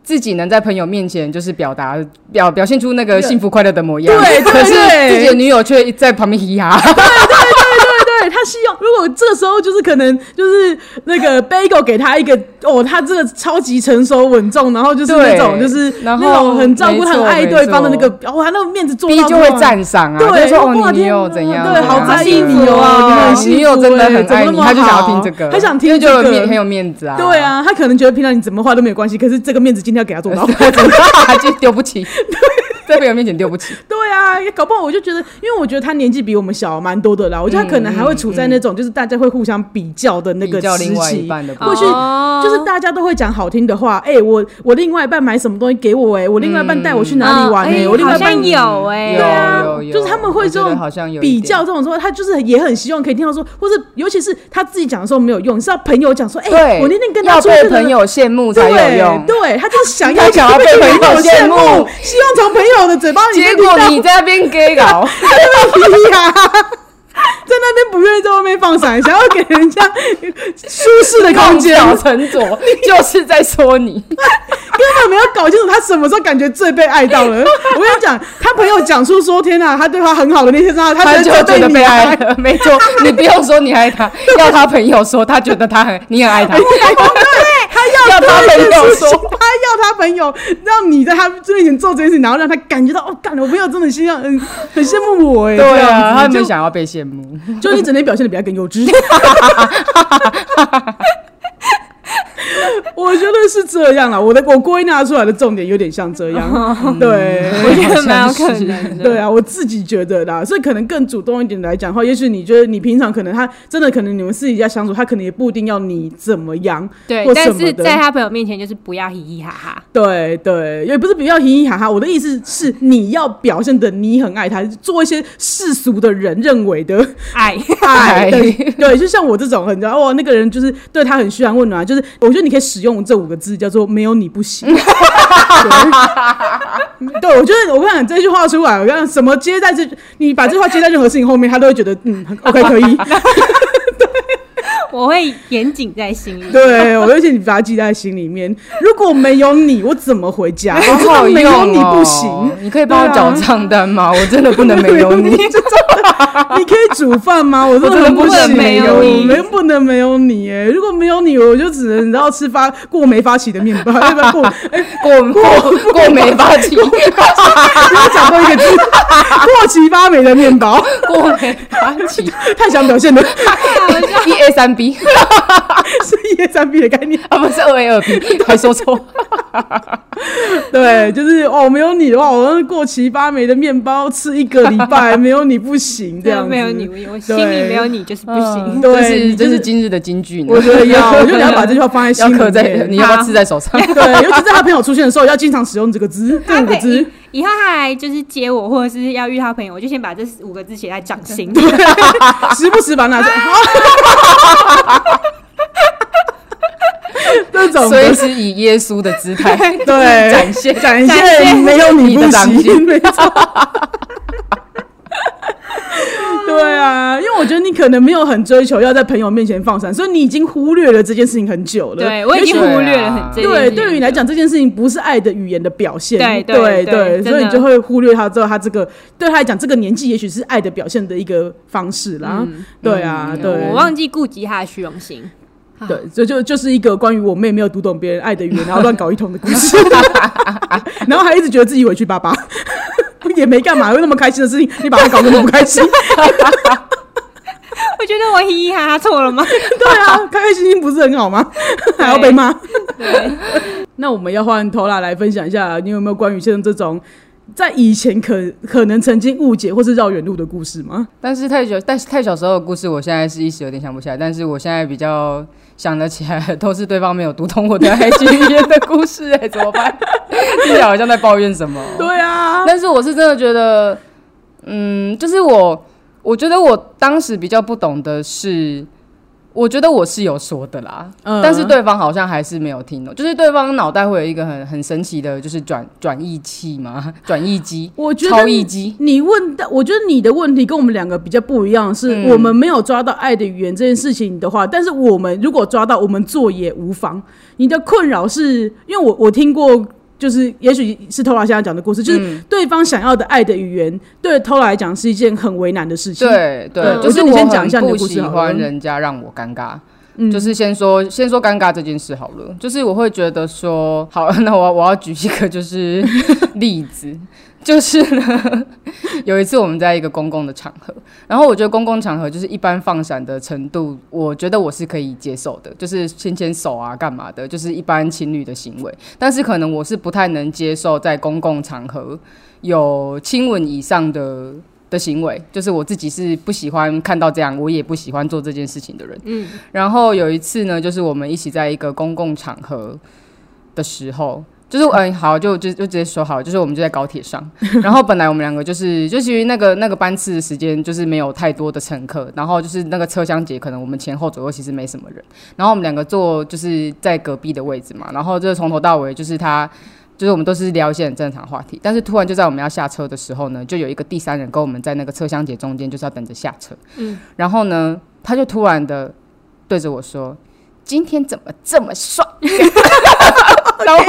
[SPEAKER 3] 自己能在朋友面前就是表达表表现出那个
[SPEAKER 1] 对
[SPEAKER 3] 幸福快乐的模样。
[SPEAKER 1] 对对
[SPEAKER 3] 可是
[SPEAKER 1] 对
[SPEAKER 3] 自己的女友却在旁边嘻哈。
[SPEAKER 1] 对他希望，如果这时候就是可能就是那
[SPEAKER 3] *laughs*
[SPEAKER 1] 个 Bagel 给他一个哦，他这个超级成熟稳重，然后就是那
[SPEAKER 3] 对
[SPEAKER 1] 种就是那
[SPEAKER 3] 然后
[SPEAKER 1] 种很照顾、
[SPEAKER 3] 没
[SPEAKER 1] 他、
[SPEAKER 3] 错
[SPEAKER 1] 很爱对方的那个
[SPEAKER 3] 没，
[SPEAKER 1] 哦，他那个面子做
[SPEAKER 3] B
[SPEAKER 1] 到
[SPEAKER 3] 就会赞赏啊，
[SPEAKER 1] 对
[SPEAKER 3] 就说
[SPEAKER 1] 哇
[SPEAKER 3] 哦你
[SPEAKER 1] 天
[SPEAKER 3] 女友
[SPEAKER 1] 哪
[SPEAKER 3] 怎样，
[SPEAKER 1] 对
[SPEAKER 3] 怎样
[SPEAKER 2] 好在意你
[SPEAKER 3] 对
[SPEAKER 2] 哦
[SPEAKER 3] 啊
[SPEAKER 2] 你很
[SPEAKER 1] 幸福
[SPEAKER 3] 女友真的
[SPEAKER 1] 欸
[SPEAKER 3] 很
[SPEAKER 1] 怎么
[SPEAKER 3] 爱
[SPEAKER 1] 那
[SPEAKER 3] 你，
[SPEAKER 1] 么
[SPEAKER 3] 她就想要听
[SPEAKER 1] 好
[SPEAKER 3] 这个，
[SPEAKER 1] 她想听
[SPEAKER 3] 因为就有
[SPEAKER 1] 这个
[SPEAKER 3] 面很有面子啊，
[SPEAKER 1] 对，
[SPEAKER 3] *laughs*
[SPEAKER 1] 啊，他可能觉得平常你怎么话都没有关系，可是这个面子今天要给他做到。
[SPEAKER 3] *laughs* 就丢不起， *laughs* 在朋友面前丢不起，
[SPEAKER 1] 对啊，搞不好我就觉得，因为我觉得他年纪比我们小蛮多的啦，我觉得他可能还会处在那种就是大家会互相比较的那
[SPEAKER 3] 嗯比
[SPEAKER 1] 个
[SPEAKER 3] 较
[SPEAKER 1] 时
[SPEAKER 3] 另外一
[SPEAKER 1] 期。
[SPEAKER 3] 半的不
[SPEAKER 1] 或许
[SPEAKER 2] 哦
[SPEAKER 1] 就是大家都会讲好听的话，哎、我我另外一半买什么东西给我、哎，我另外一半带我去哪里玩、
[SPEAKER 2] 嗯
[SPEAKER 1] 哎、
[SPEAKER 3] 哦
[SPEAKER 2] 哎
[SPEAKER 1] 我另外
[SPEAKER 2] 好
[SPEAKER 1] 一半
[SPEAKER 2] 像有哎、
[SPEAKER 3] 有
[SPEAKER 1] 对啊
[SPEAKER 3] 有有，
[SPEAKER 1] 就是他们会
[SPEAKER 3] 我觉得
[SPEAKER 1] 这种
[SPEAKER 3] 好像有一
[SPEAKER 1] 比
[SPEAKER 3] 点
[SPEAKER 1] 较，这种说，他就是也很希望可以听到说，或是尤其是他自己讲的时候没有用，是要朋友讲说，哎、
[SPEAKER 3] 对，
[SPEAKER 1] 我那天跟他
[SPEAKER 3] 要
[SPEAKER 1] 出去
[SPEAKER 3] 被
[SPEAKER 1] 的
[SPEAKER 3] 朋友羡慕才有
[SPEAKER 1] 对
[SPEAKER 3] 用，
[SPEAKER 1] 对，他就是想
[SPEAKER 3] 他
[SPEAKER 1] 要
[SPEAKER 3] 想要被朋友
[SPEAKER 1] 羡
[SPEAKER 3] 羡慕
[SPEAKER 1] 希望从朋友的嘴巴里面
[SPEAKER 3] 结
[SPEAKER 1] 听
[SPEAKER 3] 果
[SPEAKER 1] 到
[SPEAKER 3] 你在那边 gay
[SPEAKER 1] *laughs*
[SPEAKER 3] 搞，
[SPEAKER 1] 屁呀、在那边不愿意在外面放闪，想要给人家舒适的空
[SPEAKER 3] 弄
[SPEAKER 1] 间，
[SPEAKER 3] 巧成
[SPEAKER 1] *laughs*
[SPEAKER 3] 拙， *laughs* 就是在说你，
[SPEAKER 1] 根本没有搞清楚他什么时候感觉最被爱到了。我跟你讲，他朋友讲出说：“天哪、他对他很好的那些伤害，他
[SPEAKER 3] 他
[SPEAKER 1] 觉
[SPEAKER 3] 就
[SPEAKER 1] 得
[SPEAKER 3] 觉
[SPEAKER 1] 对
[SPEAKER 3] 得
[SPEAKER 1] 你啊
[SPEAKER 3] 被爱了，没错，你不用说你爱他，要他朋友说他觉得他很你
[SPEAKER 1] *laughs*
[SPEAKER 3] 很爱他，
[SPEAKER 1] 他要
[SPEAKER 3] 要他
[SPEAKER 1] 做这件
[SPEAKER 3] 朋友
[SPEAKER 1] 事情
[SPEAKER 3] 说
[SPEAKER 1] 他要他朋友让你在他面前做这件事，然后让他感觉到哦，干，我朋友真的心很很羡慕我哎、这
[SPEAKER 3] 对
[SPEAKER 1] 样
[SPEAKER 3] 啊，
[SPEAKER 1] 子
[SPEAKER 3] 他
[SPEAKER 1] 就
[SPEAKER 3] 们想要被羡慕，
[SPEAKER 1] 就你整天表现的比他更幼稚。我觉得是这样啊啦，我的我归纳出来的重点有点像这样，对。
[SPEAKER 2] 我觉得蛮有可能的。
[SPEAKER 1] 对啊，我自己觉得啦，所以可能更主动一点来讲的话，也许你觉得你平常可能他真的可能你们私底下相处，他可能也不一定要你怎么样，
[SPEAKER 2] 对
[SPEAKER 1] 或，什
[SPEAKER 2] 但
[SPEAKER 1] 么
[SPEAKER 2] 是
[SPEAKER 1] 的
[SPEAKER 2] 在他朋友面前就是不要嘻嘻哈哈。
[SPEAKER 1] 对对，也不是比较嘻嘻哈哈。我的意思是，你要表现的你很爱他，做一些世俗的人认为的
[SPEAKER 2] 爱，
[SPEAKER 1] 爱，
[SPEAKER 3] 爱 *laughs*
[SPEAKER 1] 对对，就像我这种，你知道，哇，哦那个人就是对他很嘘寒问暖，啊就是我觉得你可以使用这五个字，叫做“没有你不行” *laughs* 对。对，我觉得我跟你讲这句话出来，我跟你讲什么接在这，你把这句话接在任何事情后面，他都会觉得嗯，OK 可以。
[SPEAKER 2] *laughs* 我会严谨在心里。
[SPEAKER 1] 对，我而且你把它记在心里面。如果没有你，我怎么回家？
[SPEAKER 3] 好
[SPEAKER 1] 真
[SPEAKER 3] 好
[SPEAKER 1] 的没有
[SPEAKER 3] 用
[SPEAKER 1] 你
[SPEAKER 3] 哦
[SPEAKER 1] 不行。，
[SPEAKER 3] 你可以帮我
[SPEAKER 1] 对啊。
[SPEAKER 3] 找账单吗？我真的不能没有你
[SPEAKER 1] 就真的， *laughs* 你可以煮饭吗？我真
[SPEAKER 3] 我真的
[SPEAKER 1] 很
[SPEAKER 3] 不
[SPEAKER 1] 行
[SPEAKER 3] 能没有
[SPEAKER 1] 我
[SPEAKER 3] 你
[SPEAKER 1] 们不能没有你哎！如果没有你，我就只能你知道吃发过没发起的面包，要不然过哎，
[SPEAKER 3] 过过过没发起，
[SPEAKER 1] *laughs* 我讲过一个字，过期发霉的面包，
[SPEAKER 3] 过没发起
[SPEAKER 1] 太想表现了， *laughs*
[SPEAKER 3] ，B A 三 B
[SPEAKER 1] 是 E S 三 B 的概念。
[SPEAKER 3] 啊，不是二 A 二 B，还
[SPEAKER 1] *laughs*
[SPEAKER 3] 说错。
[SPEAKER 1] 对，就是哦，没有你的话，我那过期发霉的面包吃一个礼拜，没有你不行， *laughs* 这样子嗯
[SPEAKER 2] 没有你，我心里没有你就是不行。
[SPEAKER 1] 对
[SPEAKER 3] 嗯这是
[SPEAKER 1] 你
[SPEAKER 3] 这
[SPEAKER 1] 就是
[SPEAKER 3] 是今日的金句呢。
[SPEAKER 1] 我觉得要，我觉得你要把这句话放在心
[SPEAKER 3] *laughs* 要
[SPEAKER 1] 里
[SPEAKER 3] 刻在，
[SPEAKER 1] 面。
[SPEAKER 3] 你要不要刺在手
[SPEAKER 1] *laughs*
[SPEAKER 3] 上？
[SPEAKER 1] 对，尤其是在他朋友出现的时候，要经常使用这个字，这
[SPEAKER 2] *laughs* 他
[SPEAKER 1] 五个
[SPEAKER 2] 可
[SPEAKER 1] 字
[SPEAKER 2] 以。以后他来就是接我，或者是要遇到朋友，我就先把这五个字写在掌心。
[SPEAKER 1] 时不时把它拿出来。好 *laughs* 这种
[SPEAKER 3] 所以
[SPEAKER 1] 的
[SPEAKER 3] 是以耶稣的姿态
[SPEAKER 1] *laughs* 对展
[SPEAKER 3] 现
[SPEAKER 1] 展
[SPEAKER 2] 展
[SPEAKER 1] 现
[SPEAKER 2] 现
[SPEAKER 1] 没有你
[SPEAKER 3] 你
[SPEAKER 1] 不
[SPEAKER 3] 的掌
[SPEAKER 1] 行，
[SPEAKER 3] 心
[SPEAKER 1] 没错。 *laughs* 对啊，因为我觉得你可能没有很追求要在朋友面前放闪，所以你已经忽略了这件事情很久了。
[SPEAKER 2] *laughs* 对我已经
[SPEAKER 1] 也许
[SPEAKER 2] 忽略了很这件事
[SPEAKER 1] 对，
[SPEAKER 2] 情
[SPEAKER 1] 对于你来讲，这件事情不是爱的语言的表现。
[SPEAKER 2] 对
[SPEAKER 1] 对
[SPEAKER 2] 对对
[SPEAKER 1] 所以
[SPEAKER 2] 真
[SPEAKER 1] 你
[SPEAKER 2] 的
[SPEAKER 1] 就会忽略他之后，他这个对他来讲，这个年纪也许是爱的表现的一个方式啦。对啊，对，
[SPEAKER 2] 我忘记顾及他的虚荣心。 *laughs*
[SPEAKER 1] 对，这就就是一个关于我妹没有读懂别人爱的语言，然后乱搞一通的故事， *laughs* 然后还一直觉得自己委屈巴 *laughs* 巴，也没干嘛，又那么开心的事情，你把她搞得那么不开心，
[SPEAKER 2] 我觉得我嘻嘻哈哈错了吗？
[SPEAKER 1] *laughs* 对啊，开开心心不是很好吗？还要被骂。
[SPEAKER 2] 对，
[SPEAKER 1] 那我们要换 Tola 来分享一下，你有没有关于像这种在以前可可能曾经误解或是绕远路的故事吗？
[SPEAKER 3] 但是太小，但是太小时候的故事，我现在是一时有点想不起来。但是我现在比较想得起来，都是对方没有读懂我的爱情语言的故事、哎，怎么办？ *laughs* 听起来好像在抱怨什么。
[SPEAKER 1] 对啊，
[SPEAKER 3] 但是我是真的觉得，嗯，就是我，我觉得我当时比较不懂的是，我觉得我是有说的啦，
[SPEAKER 1] 嗯
[SPEAKER 3] 但是对方好像还是没有听懂，就是对方脑袋会有一个很很神奇的，就是转转译器嘛， *laughs* 转译机，
[SPEAKER 1] 我觉得
[SPEAKER 3] 超译机。
[SPEAKER 1] 你问的，我觉得你的问题跟我们两个比较不一样，是
[SPEAKER 3] 嗯
[SPEAKER 1] 我们没有抓到爱的语言这件事情的话，但是我们如果抓到，我们做也无妨。你的困扰是因为我我听过。就是，也许是偷来现在讲的故事，
[SPEAKER 3] 嗯
[SPEAKER 1] 就是对方想要的爱的语言，对偷来讲是一件很为难的事情。
[SPEAKER 3] 对对，
[SPEAKER 2] 嗯
[SPEAKER 3] 就
[SPEAKER 2] 就是
[SPEAKER 1] 你
[SPEAKER 3] 我
[SPEAKER 1] 先
[SPEAKER 3] 很
[SPEAKER 1] 讲一下你的
[SPEAKER 3] 不
[SPEAKER 1] 故事
[SPEAKER 3] 喜
[SPEAKER 1] 好
[SPEAKER 3] 欢
[SPEAKER 1] 了嗯
[SPEAKER 3] 人家让我尴尬。就是先说先说尴尬这件事好了，就是我会觉得说，好， *laughs* 那我我要举一个就是 *laughs* 例子，就是呢， *laughs* 有一次我们在一个公共的场合，然后我觉得公共场合就是一般放闪的程度，我觉得我是可以接受的，就是牵牵手啊干嘛的，就是一般情侣的行为，但是可能我是不太能接受在公共场合有亲吻以上的。的行为，就是我自己是不喜欢看到这样，我也不喜欢做这件事情的人。然后有一次呢，就是我们一起在一个公共场合的时候，就是嗯，好，就就就直接说好，就是我们就在高铁上，然后本来我们两个就是，就其实那个那个班次的时间就是没有太多的乘客，然后就是那个车厢节可能我们前后左右其实没什么人，然后我们两个坐就是在隔壁的位置嘛，然后就是从头到尾就是他。就是我们都是聊一些很正常的话题，但是突然就在我们要下车的时候呢，就有一个第三人跟我们在那个车厢节中间，就是要等着下车。嗯，然后呢，他就突然的对着我说：“今天怎么这么帅？”然后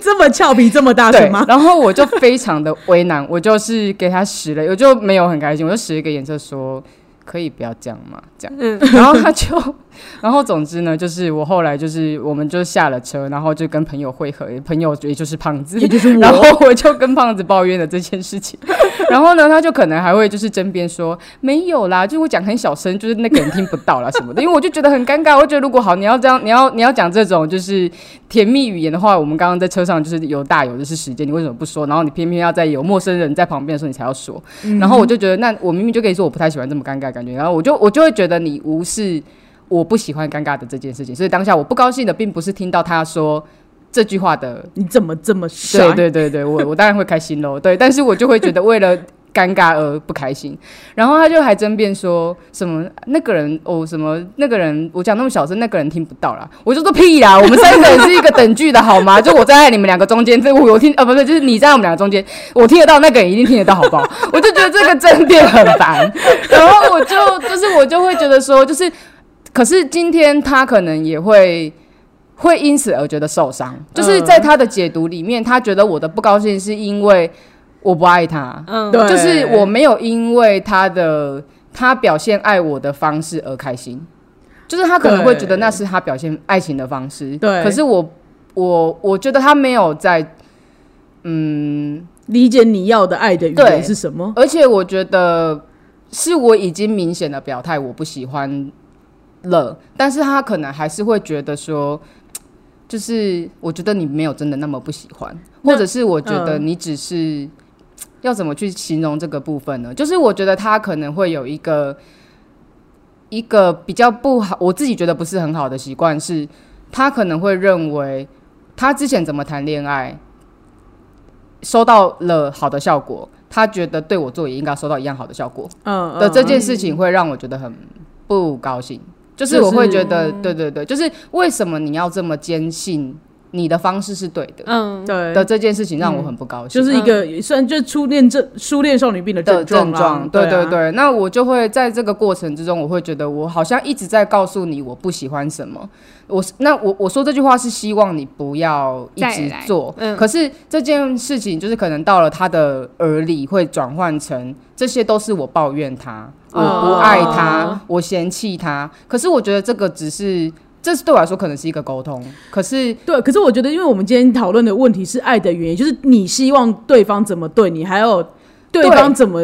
[SPEAKER 1] 这么俏皮，这啊么大
[SPEAKER 3] 对
[SPEAKER 1] 声吗，？
[SPEAKER 3] 然后我就非常的为难，我就是给他使了，我就没有很开心，我就使一个眼色说：“可以不要这样嘛，这样。”
[SPEAKER 2] 嗯
[SPEAKER 3] 然后他就， *laughs* 然后总之呢，就是我后来就是我们就下了车，然后就跟朋友会合，朋友也就是胖子，
[SPEAKER 1] 也就是
[SPEAKER 3] 然
[SPEAKER 1] 我
[SPEAKER 3] 后我就跟胖子抱怨了这件事情， *laughs* 然后呢，他就可能还会就是争辩说没有啦，就是我讲很小声，就是那个人听不到啦什么的，因为我就觉得很尴尬，我就觉得如果好你要这样，你要你要讲这种就是甜蜜语言的话，我们刚刚在车上就是有大有的是时间，你为什么不说？然后你偏偏要在有陌生人在旁边的时候你才要说，然后我就觉得那我明明就可以说我不太喜欢这么尴尬的感觉，然后我就我就会觉得你无视。我不喜欢尴尬的这件事情，所以当下我不高兴的并不是听到他说这句话的
[SPEAKER 1] 你怎么这么帅？
[SPEAKER 3] 对对对对，我我当然会开心喽。对，但是我就会觉得为了尴尬而不开心。然后他就还争辩说什么那个人哦什么那个人，我讲那么小声，那个人听不到啦。我就说屁啦，我们三个人是一个等距的好吗？就我站在你们两个中间，这我听呃不对，就是你站在我们两个中间，我听得到，那个人一定听得到，好不好？我就觉得这个争辩很烦，然后我就就是我就会觉得说就是。可是今天他可能也会会因此而觉得受伤，
[SPEAKER 1] 嗯
[SPEAKER 3] 就是在他的解读里面，他觉得我的不高兴是因为我不爱他，
[SPEAKER 2] 嗯，
[SPEAKER 1] 对
[SPEAKER 3] 就是我没有因为他的他表现爱我的方式而开心，就是他可能会觉
[SPEAKER 1] 对
[SPEAKER 3] 得那是他表现爱情的方式，
[SPEAKER 1] 对
[SPEAKER 3] 可是我我我觉得他没有在，嗯，
[SPEAKER 1] 理解你要的爱的语言
[SPEAKER 3] 对
[SPEAKER 1] 是什么？
[SPEAKER 3] 而且我觉得是我已经明显的表态我不喜欢了，但是他可能还是会觉得说，就是我觉得你没有真的那么不喜欢，
[SPEAKER 1] 那
[SPEAKER 3] 或者是我觉得你只是、要怎么去形容这个部分呢？就是我觉得他可能会有一个一个比较不好，我自己觉得不是很好的习惯是，他可能会认为他之前怎么谈恋爱，收到了好的效果，他觉得对我做也应该收到一样好的效果
[SPEAKER 1] 嗯，嗯
[SPEAKER 3] 的这件事情，会让我觉得很不高兴。就是我会觉得，对对对，就是为什么你要这么坚信你的方式是对的
[SPEAKER 2] 嗯，
[SPEAKER 1] 对，嗯
[SPEAKER 3] 的这件事情，让我很不高
[SPEAKER 1] 就。
[SPEAKER 3] 兴
[SPEAKER 1] 是一个算就是初恋症、初恋少女病的
[SPEAKER 3] 的症
[SPEAKER 1] 症
[SPEAKER 3] 状，
[SPEAKER 1] 状，
[SPEAKER 3] 对
[SPEAKER 1] 对
[SPEAKER 3] 对
[SPEAKER 1] 啊，
[SPEAKER 3] 对。那我就会在这个过程之中，我会觉得我好像一直在告诉你我不喜欢什么。我是那我我说这句话是希望你不要一
[SPEAKER 2] 再
[SPEAKER 3] 直
[SPEAKER 2] 来
[SPEAKER 3] 做，
[SPEAKER 2] 嗯
[SPEAKER 3] 可是这件事情就是可能到了他的耳里会转换成这些都是我抱怨他，我不爱他，
[SPEAKER 1] 哦
[SPEAKER 3] 我嫌弃他。可是我觉得这个只是。这是对我来说可能是一个沟通，可是
[SPEAKER 1] 对，可是我觉得，因为我们今天讨论的问题是爱的原因，就是你希望对方怎么对你，还有对
[SPEAKER 3] 对
[SPEAKER 1] 方怎么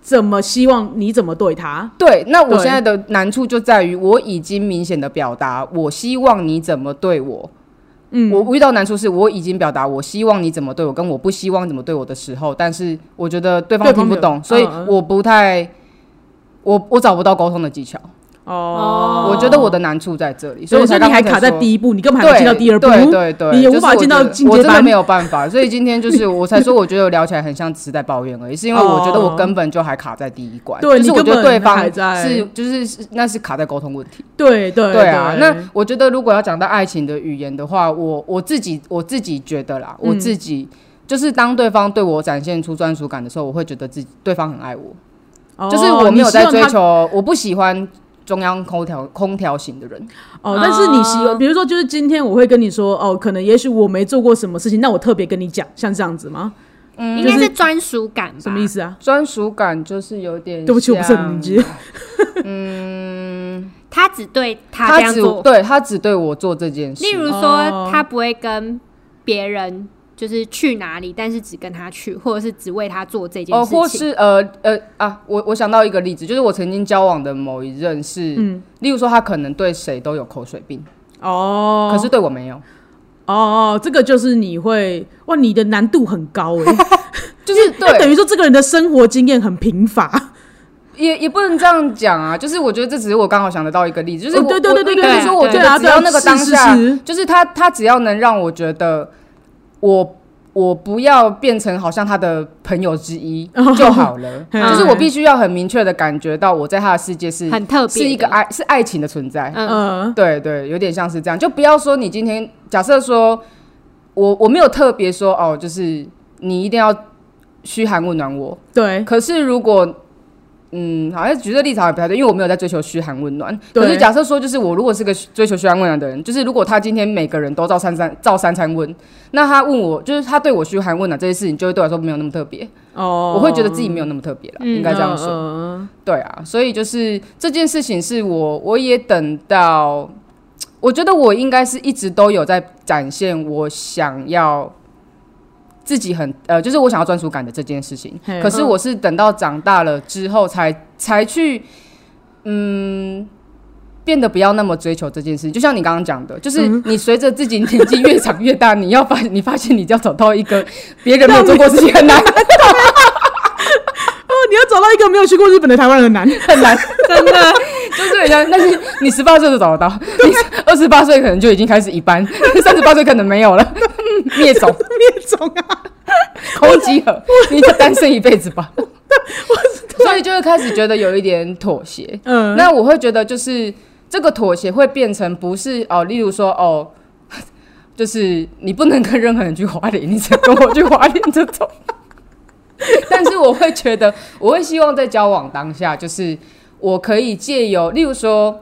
[SPEAKER 1] 怎么希望你怎么对他。
[SPEAKER 3] 对，那我
[SPEAKER 1] 对
[SPEAKER 3] 现在的难处就在于，我已经明显的表达，我希望你怎么对我。嗯，我遇到难处是我已经表达我希望你怎么对我，跟我不希望你怎么对我的时候，但是我觉得对方
[SPEAKER 1] 对方
[SPEAKER 3] 听
[SPEAKER 1] 没
[SPEAKER 3] 不
[SPEAKER 1] 有
[SPEAKER 3] 懂，所以
[SPEAKER 1] 嗯嗯
[SPEAKER 3] 我不太，我我找不到沟通的技巧。
[SPEAKER 1] 哦
[SPEAKER 3] 我觉得我的难处在这里，
[SPEAKER 1] 所
[SPEAKER 3] 所以
[SPEAKER 1] 以
[SPEAKER 3] 我
[SPEAKER 1] 我觉
[SPEAKER 3] 才
[SPEAKER 1] 得
[SPEAKER 3] 刚
[SPEAKER 1] 你
[SPEAKER 3] 刚
[SPEAKER 1] 还
[SPEAKER 3] 才
[SPEAKER 1] 卡在
[SPEAKER 3] 说
[SPEAKER 1] 第一步，你根本还
[SPEAKER 3] 对
[SPEAKER 1] 没进到第二步。
[SPEAKER 3] 对对对，
[SPEAKER 1] 你也
[SPEAKER 3] 就
[SPEAKER 1] 无法
[SPEAKER 3] 是我
[SPEAKER 1] 进到
[SPEAKER 3] 觉得
[SPEAKER 1] 进阶
[SPEAKER 3] 我真的
[SPEAKER 1] 班
[SPEAKER 3] 没有办法，所以今天就是我才说，我觉得聊起来很像只是在抱怨而已，是因为我觉得我根本就还卡在第一关，
[SPEAKER 1] 哦对
[SPEAKER 3] 就是
[SPEAKER 1] 你
[SPEAKER 3] 我觉得
[SPEAKER 1] 根本
[SPEAKER 3] 对方
[SPEAKER 1] 还在
[SPEAKER 3] 是就是是那是卡在沟通问题，
[SPEAKER 1] 对对
[SPEAKER 3] 对啊，那我觉得如果要讲到爱情的语言的话，我我自己我自己觉得啦，
[SPEAKER 1] 嗯
[SPEAKER 3] 我自己。就是当对方对我展现出专属感的时候，我会觉得自己对方很爱我。
[SPEAKER 1] 哦
[SPEAKER 3] 就是我没有在追
[SPEAKER 1] 你希望
[SPEAKER 3] 求，我不喜欢中央空调空调型的人。
[SPEAKER 1] 他哦，但是你
[SPEAKER 3] 啊
[SPEAKER 1] 希望，
[SPEAKER 2] 哦
[SPEAKER 1] 比如说，就是今天我会跟你说，哦，可能也许我没做过什么事情，那我特别跟你讲，像这样子吗？
[SPEAKER 2] 应该是专属感吧？
[SPEAKER 1] 什么意？思啊？
[SPEAKER 3] 专属感就是有点，
[SPEAKER 1] 对不起，我不是很理解。。
[SPEAKER 2] 他只对他这
[SPEAKER 3] 他
[SPEAKER 2] 样
[SPEAKER 3] 只
[SPEAKER 2] 做，
[SPEAKER 3] 对他只对我做这件事，
[SPEAKER 2] 例如
[SPEAKER 1] 哦
[SPEAKER 2] 说他不会跟别人就是去哪里，但是只跟他去，或者是只为他做这件
[SPEAKER 3] 哦，
[SPEAKER 2] 事情。
[SPEAKER 3] 或是呃呃啊，我我想到一个例子，就是我曾经交往的某一任是，
[SPEAKER 2] 嗯
[SPEAKER 3] 例如说他可能对谁都有口水病，
[SPEAKER 1] 哦，
[SPEAKER 3] 可是对我没有，
[SPEAKER 1] 哦，这个就是你会哇，你的难度很高哎、
[SPEAKER 3] 就是
[SPEAKER 1] 那等
[SPEAKER 3] *laughs* 对，
[SPEAKER 1] 于说这个人的生活经验很贫乏，
[SPEAKER 3] 也也不能这样讲啊，就是我觉得这只是我刚好想得到一个例子，就是
[SPEAKER 1] 哦
[SPEAKER 3] 我
[SPEAKER 1] 对对
[SPEAKER 3] 我
[SPEAKER 1] 对对
[SPEAKER 3] 我应该
[SPEAKER 2] 对
[SPEAKER 3] 是说我觉
[SPEAKER 1] 对啊
[SPEAKER 3] 得只
[SPEAKER 1] 对啊
[SPEAKER 3] 要那个当下，
[SPEAKER 1] 是是是
[SPEAKER 3] 就是他他只要能让我觉得我。我不要变成好像他的朋友之一
[SPEAKER 2] 哦
[SPEAKER 3] 就好
[SPEAKER 2] *laughs*
[SPEAKER 3] 了，
[SPEAKER 1] 嗯
[SPEAKER 3] 就是我必须要很明确的感觉到我在他的世界是
[SPEAKER 2] 很特别
[SPEAKER 3] 是
[SPEAKER 2] 的哦
[SPEAKER 3] 一个爱是爱情的存在。
[SPEAKER 2] 嗯
[SPEAKER 1] 呃，
[SPEAKER 3] 对对，有点像是这样，就不要说你今天假设说我我没有特别说哦，就是你一定要嘘寒问暖我。
[SPEAKER 1] 对，
[SPEAKER 3] 可是如果嗯，好像举这立场也不太对，因为我没有在追求嘘寒问暖。
[SPEAKER 1] 对
[SPEAKER 3] 可是假设说，就是我如果是个追求嘘寒问暖的人，就是如果他今天每个人都照三餐照三餐问，那他问我，就是他对我嘘寒问暖这些事情，就会对我来说没有那么特别，
[SPEAKER 1] 哦，
[SPEAKER 3] 我会觉得自己没有那么特别了，
[SPEAKER 2] 嗯
[SPEAKER 3] 应该这样说。
[SPEAKER 1] 嗯
[SPEAKER 3] 对啊，所以就是这件事情是我，我也等到，我觉得我应该是一直都有在展现我想要自己很呃，就是我想要专属感的这件事情
[SPEAKER 1] 嘿。
[SPEAKER 3] 可是我是等到长大了之后才才去，嗯，变得不要那么追求这件事情。就像你刚刚讲的，就是你随着自己年纪越长越大，你要发你发现你要找到一个别人没有做过事情很难
[SPEAKER 1] 哦，你要找到一个没有去过日本的台湾人很难， *laughs*
[SPEAKER 3] 很难。
[SPEAKER 2] *laughs* 真的，
[SPEAKER 3] 就是很像，但是你十八岁就找得到，你二十八岁可能就已经开始一般， *laughs* 三十八岁可能没有了， *laughs* 嗯灭种，
[SPEAKER 1] 灭种啊！
[SPEAKER 3] 空集合，你就单身一辈子吧。所以就会开始觉得有一点妥协。
[SPEAKER 1] 嗯，
[SPEAKER 3] 那我会觉得就是这个妥协会变成不是哦，例如说哦。 *laughs* 就是你不能跟任何人去花莲，你只能跟我去花莲这种。 *laughs* 但是我会觉得，我会希望在交往当下，就是我可以借由，例如说，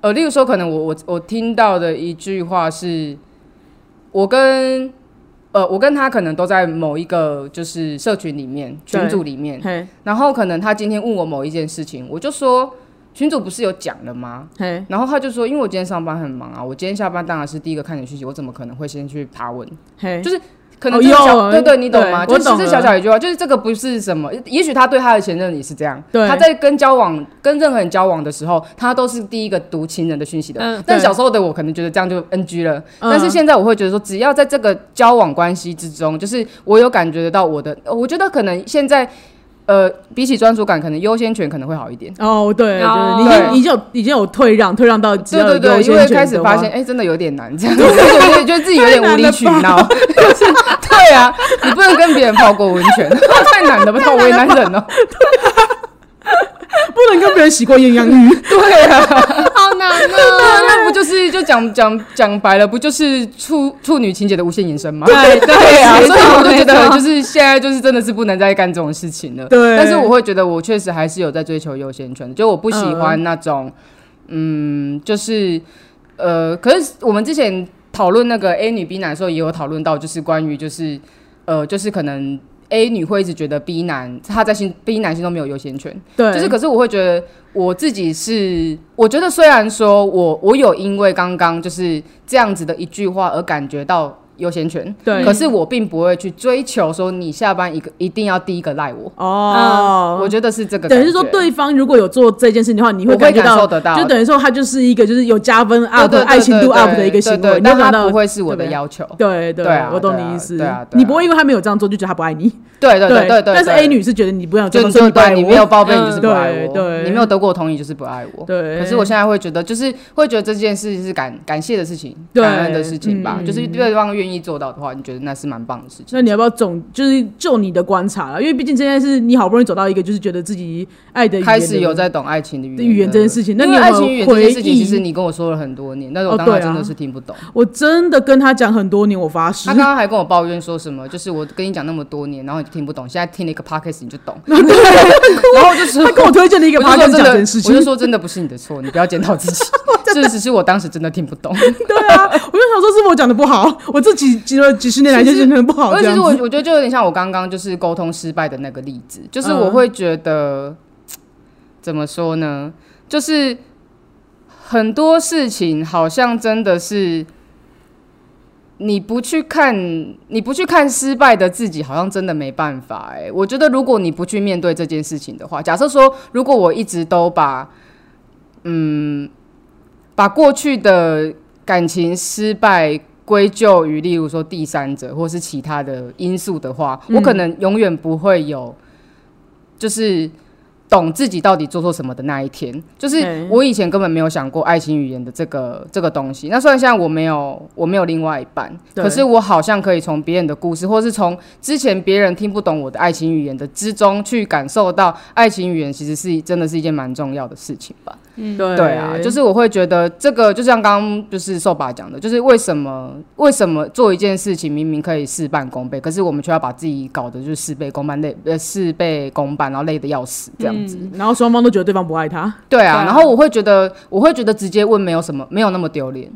[SPEAKER 3] 呃，例如说，可能我我我听到的一句话是，我跟呃我跟他可能都在某一个就是社群里面
[SPEAKER 1] 对
[SPEAKER 3] 群组里面，
[SPEAKER 1] 嘿，
[SPEAKER 3] 然后可能他今天问我某一件事情，我就说群主不是有讲了吗？
[SPEAKER 1] 嘿，
[SPEAKER 3] 然后他就说，因为我今天上班很忙啊，我今天下班当然是第一个看你的讯息，我怎么可能会先去爬文？
[SPEAKER 1] 嘿，
[SPEAKER 3] 就是可
[SPEAKER 1] 哦
[SPEAKER 3] 能就是小、
[SPEAKER 1] 有
[SPEAKER 3] 对对，你懂吗？
[SPEAKER 1] 对
[SPEAKER 3] 就
[SPEAKER 1] 我
[SPEAKER 3] 是这
[SPEAKER 1] 懂
[SPEAKER 3] 小
[SPEAKER 1] 了
[SPEAKER 3] 小一句话，就是这个不是什么，也许他对他的前任也是这样。
[SPEAKER 1] 对
[SPEAKER 3] 他在跟交往跟任何人交往的时候，他都是第一个读情人的讯息的。
[SPEAKER 2] 嗯
[SPEAKER 3] 但
[SPEAKER 1] 对
[SPEAKER 3] 小时候的我可能觉得这样就 NG 了，
[SPEAKER 1] 嗯
[SPEAKER 3] 但是现在我会觉得说，只要在这个交往关系之中，就是我有感觉得到我的，呃我觉得可能现在。呃，比起专属感，可能优先权可能会好一点。
[SPEAKER 1] 哦，对，
[SPEAKER 2] 哦
[SPEAKER 1] 就是你已经已
[SPEAKER 3] 对
[SPEAKER 1] 经有已经有退让，退让到只
[SPEAKER 3] 对
[SPEAKER 1] 要有
[SPEAKER 3] 对对，
[SPEAKER 1] 优
[SPEAKER 3] 因
[SPEAKER 1] 先
[SPEAKER 3] 为
[SPEAKER 1] 权
[SPEAKER 3] 开始
[SPEAKER 1] 的话
[SPEAKER 3] 发现，哎、真的有点难这样子，我就觉得自己有点无理取闹。 *laughs* 就是对啊，你不能跟别人泡过温泉， *laughs* 太难了吧？好为难人哦。
[SPEAKER 1] 不能跟别人洗过鸳鸯
[SPEAKER 3] *laughs*
[SPEAKER 1] 浴，
[SPEAKER 3] 对啊，
[SPEAKER 2] 好难
[SPEAKER 3] 那
[SPEAKER 2] 哦。
[SPEAKER 3] 那不就是就讲讲讲白了，不就是处处女情节的无限延伸吗？
[SPEAKER 1] 对
[SPEAKER 3] 对啊，
[SPEAKER 2] 没错
[SPEAKER 3] 所以我就觉
[SPEAKER 2] 没
[SPEAKER 3] 得，
[SPEAKER 2] 错
[SPEAKER 3] 就是现在就是真的是不能再干这种事情了。
[SPEAKER 1] 对
[SPEAKER 3] 但是我会觉得我确实还是有在追求优先权的，就我不喜欢那种，嗯就是呃，可是我们之前讨论那个 A 女 B 男的时候，也有讨论到，就是关于就是呃，就是可能 A 女会一直觉得 B 男他在心 B 男心中没有优先权，
[SPEAKER 1] 对，
[SPEAKER 3] 就是，可是我会觉得我自己是，我觉得虽然说我我有因为刚刚就是这样子的一句话而感觉到优先权，
[SPEAKER 1] 对
[SPEAKER 3] 可是我并不会去追求说你下班一个一定要第一个赖我，
[SPEAKER 1] 哦，
[SPEAKER 3] 我觉得是这个感
[SPEAKER 1] 等
[SPEAKER 3] 觉，
[SPEAKER 1] 于是说，对方如果有做这件事情的话，你
[SPEAKER 3] 我
[SPEAKER 1] 感觉
[SPEAKER 3] 感
[SPEAKER 1] 到，
[SPEAKER 3] 受得到，
[SPEAKER 1] 就等于说他就是一个就是有加分 up、
[SPEAKER 3] 对对对对
[SPEAKER 1] 爱情度
[SPEAKER 3] 对
[SPEAKER 1] up 的一个行
[SPEAKER 3] 对
[SPEAKER 1] 为，
[SPEAKER 3] 对
[SPEAKER 1] 你会
[SPEAKER 3] 但
[SPEAKER 1] 感
[SPEAKER 3] 他
[SPEAKER 1] 到
[SPEAKER 3] 不会是我的
[SPEAKER 1] 对不对
[SPEAKER 3] 要求，
[SPEAKER 1] 对对
[SPEAKER 3] 对啊
[SPEAKER 1] 我懂
[SPEAKER 3] 对啊
[SPEAKER 1] 你意思
[SPEAKER 3] 对啊。对啊
[SPEAKER 1] 你不会因为他没有这样做就觉得他不爱你，
[SPEAKER 3] 对对对对对，
[SPEAKER 1] 但是
[SPEAKER 3] 对
[SPEAKER 1] A。女是觉得你不想这
[SPEAKER 3] 就
[SPEAKER 1] 样做，所以
[SPEAKER 3] 就
[SPEAKER 1] 你不爱
[SPEAKER 3] 对
[SPEAKER 1] 我
[SPEAKER 3] 你没有报备，你
[SPEAKER 2] 嗯
[SPEAKER 3] 就是不爱我；
[SPEAKER 1] 对对
[SPEAKER 3] 你没有得过我同意，就是不爱我。
[SPEAKER 1] 对。
[SPEAKER 3] 可是我现在会觉得，就是会觉得这件事是感感谢的事情，
[SPEAKER 1] 对
[SPEAKER 3] 感恩的事情吧。
[SPEAKER 1] 嗯
[SPEAKER 3] 就是对方愿意做到的话，你觉得那是蛮棒的事情。
[SPEAKER 1] 那你要不要总就是就你的观察了？因为毕竟现在是你好不容易走到一个就是觉得自己爱的语言的
[SPEAKER 3] 开始有在懂爱情的语言
[SPEAKER 1] 语言这件事情那你
[SPEAKER 3] 因为
[SPEAKER 1] 有没
[SPEAKER 3] 爱
[SPEAKER 1] 有
[SPEAKER 3] 情语言这件事
[SPEAKER 1] 回
[SPEAKER 3] 情，
[SPEAKER 1] 忆
[SPEAKER 3] 其实你跟我说了很多年，但是我
[SPEAKER 1] 哦
[SPEAKER 3] 当时
[SPEAKER 1] 对啊
[SPEAKER 3] 真的是听不懂。
[SPEAKER 1] 我真的跟他讲很多年，我发誓
[SPEAKER 3] 他。刚刚还跟我抱怨说什么，就是我跟你讲那么多年，然后你就听不懂，现在听了一个 podcast 你就懂。
[SPEAKER 1] *laughs*
[SPEAKER 3] *laughs* 然后我就说，
[SPEAKER 1] 他跟我推荐了一个 p
[SPEAKER 3] 我
[SPEAKER 1] o
[SPEAKER 3] 就
[SPEAKER 1] d
[SPEAKER 3] 说
[SPEAKER 1] 讲这
[SPEAKER 3] 真
[SPEAKER 1] 件
[SPEAKER 3] 的
[SPEAKER 1] 事，
[SPEAKER 3] 我
[SPEAKER 1] 情
[SPEAKER 3] 就，说真的不是你的错，你不要检讨
[SPEAKER 1] *laughs*
[SPEAKER 3] 自己。这只是我当时真的听不懂。
[SPEAKER 1] 对啊，我就想说是不是我讲的不好，我这几几了几十年来就
[SPEAKER 3] 其实
[SPEAKER 1] 是可能不好
[SPEAKER 3] 而
[SPEAKER 1] 这
[SPEAKER 3] 且
[SPEAKER 1] 样
[SPEAKER 3] 我
[SPEAKER 1] 子。
[SPEAKER 3] 我觉得就有点像我刚刚就是沟通失败的那个例子，就是
[SPEAKER 1] 嗯
[SPEAKER 3] 我会觉得、怎么说呢？就是很多事情好像真的是你不去看，你不去看失败的自己，好像真的没办法、欸。我觉得如果你不去面对这件事情的话，假设说如果我一直都把嗯把过去的感情失败归咎于，例如说第三者或是其他的因素的话，
[SPEAKER 1] 嗯
[SPEAKER 3] 我可能永远不会有，就是懂自己到底做错什么的那一天。就是
[SPEAKER 1] 对
[SPEAKER 3] 我以前根本没有想过爱情语言的这个这个东西。那虽然现在我没有我没有另外一半，
[SPEAKER 1] 对
[SPEAKER 3] 可是我好像可以从别人的故事，或是从之前别人听不懂我的爱情语言的之中，去感受到爱情语言其实是真的是一件蛮重要的事情吧。
[SPEAKER 1] 对
[SPEAKER 3] 对啊，就是我会觉得这个就像刚刚就是瘦爸讲的，就是为什么为什么做一件事情明明可以事半功倍，可是我们却要把自己搞得就是事倍功半累呃事倍功半，然后累得要死这样子。
[SPEAKER 1] 然后双方都觉得嗯对方不爱他。
[SPEAKER 3] 对
[SPEAKER 2] 对啊
[SPEAKER 3] 啊，然后我会觉得我会觉得直接问没有什么没有那么丢脸，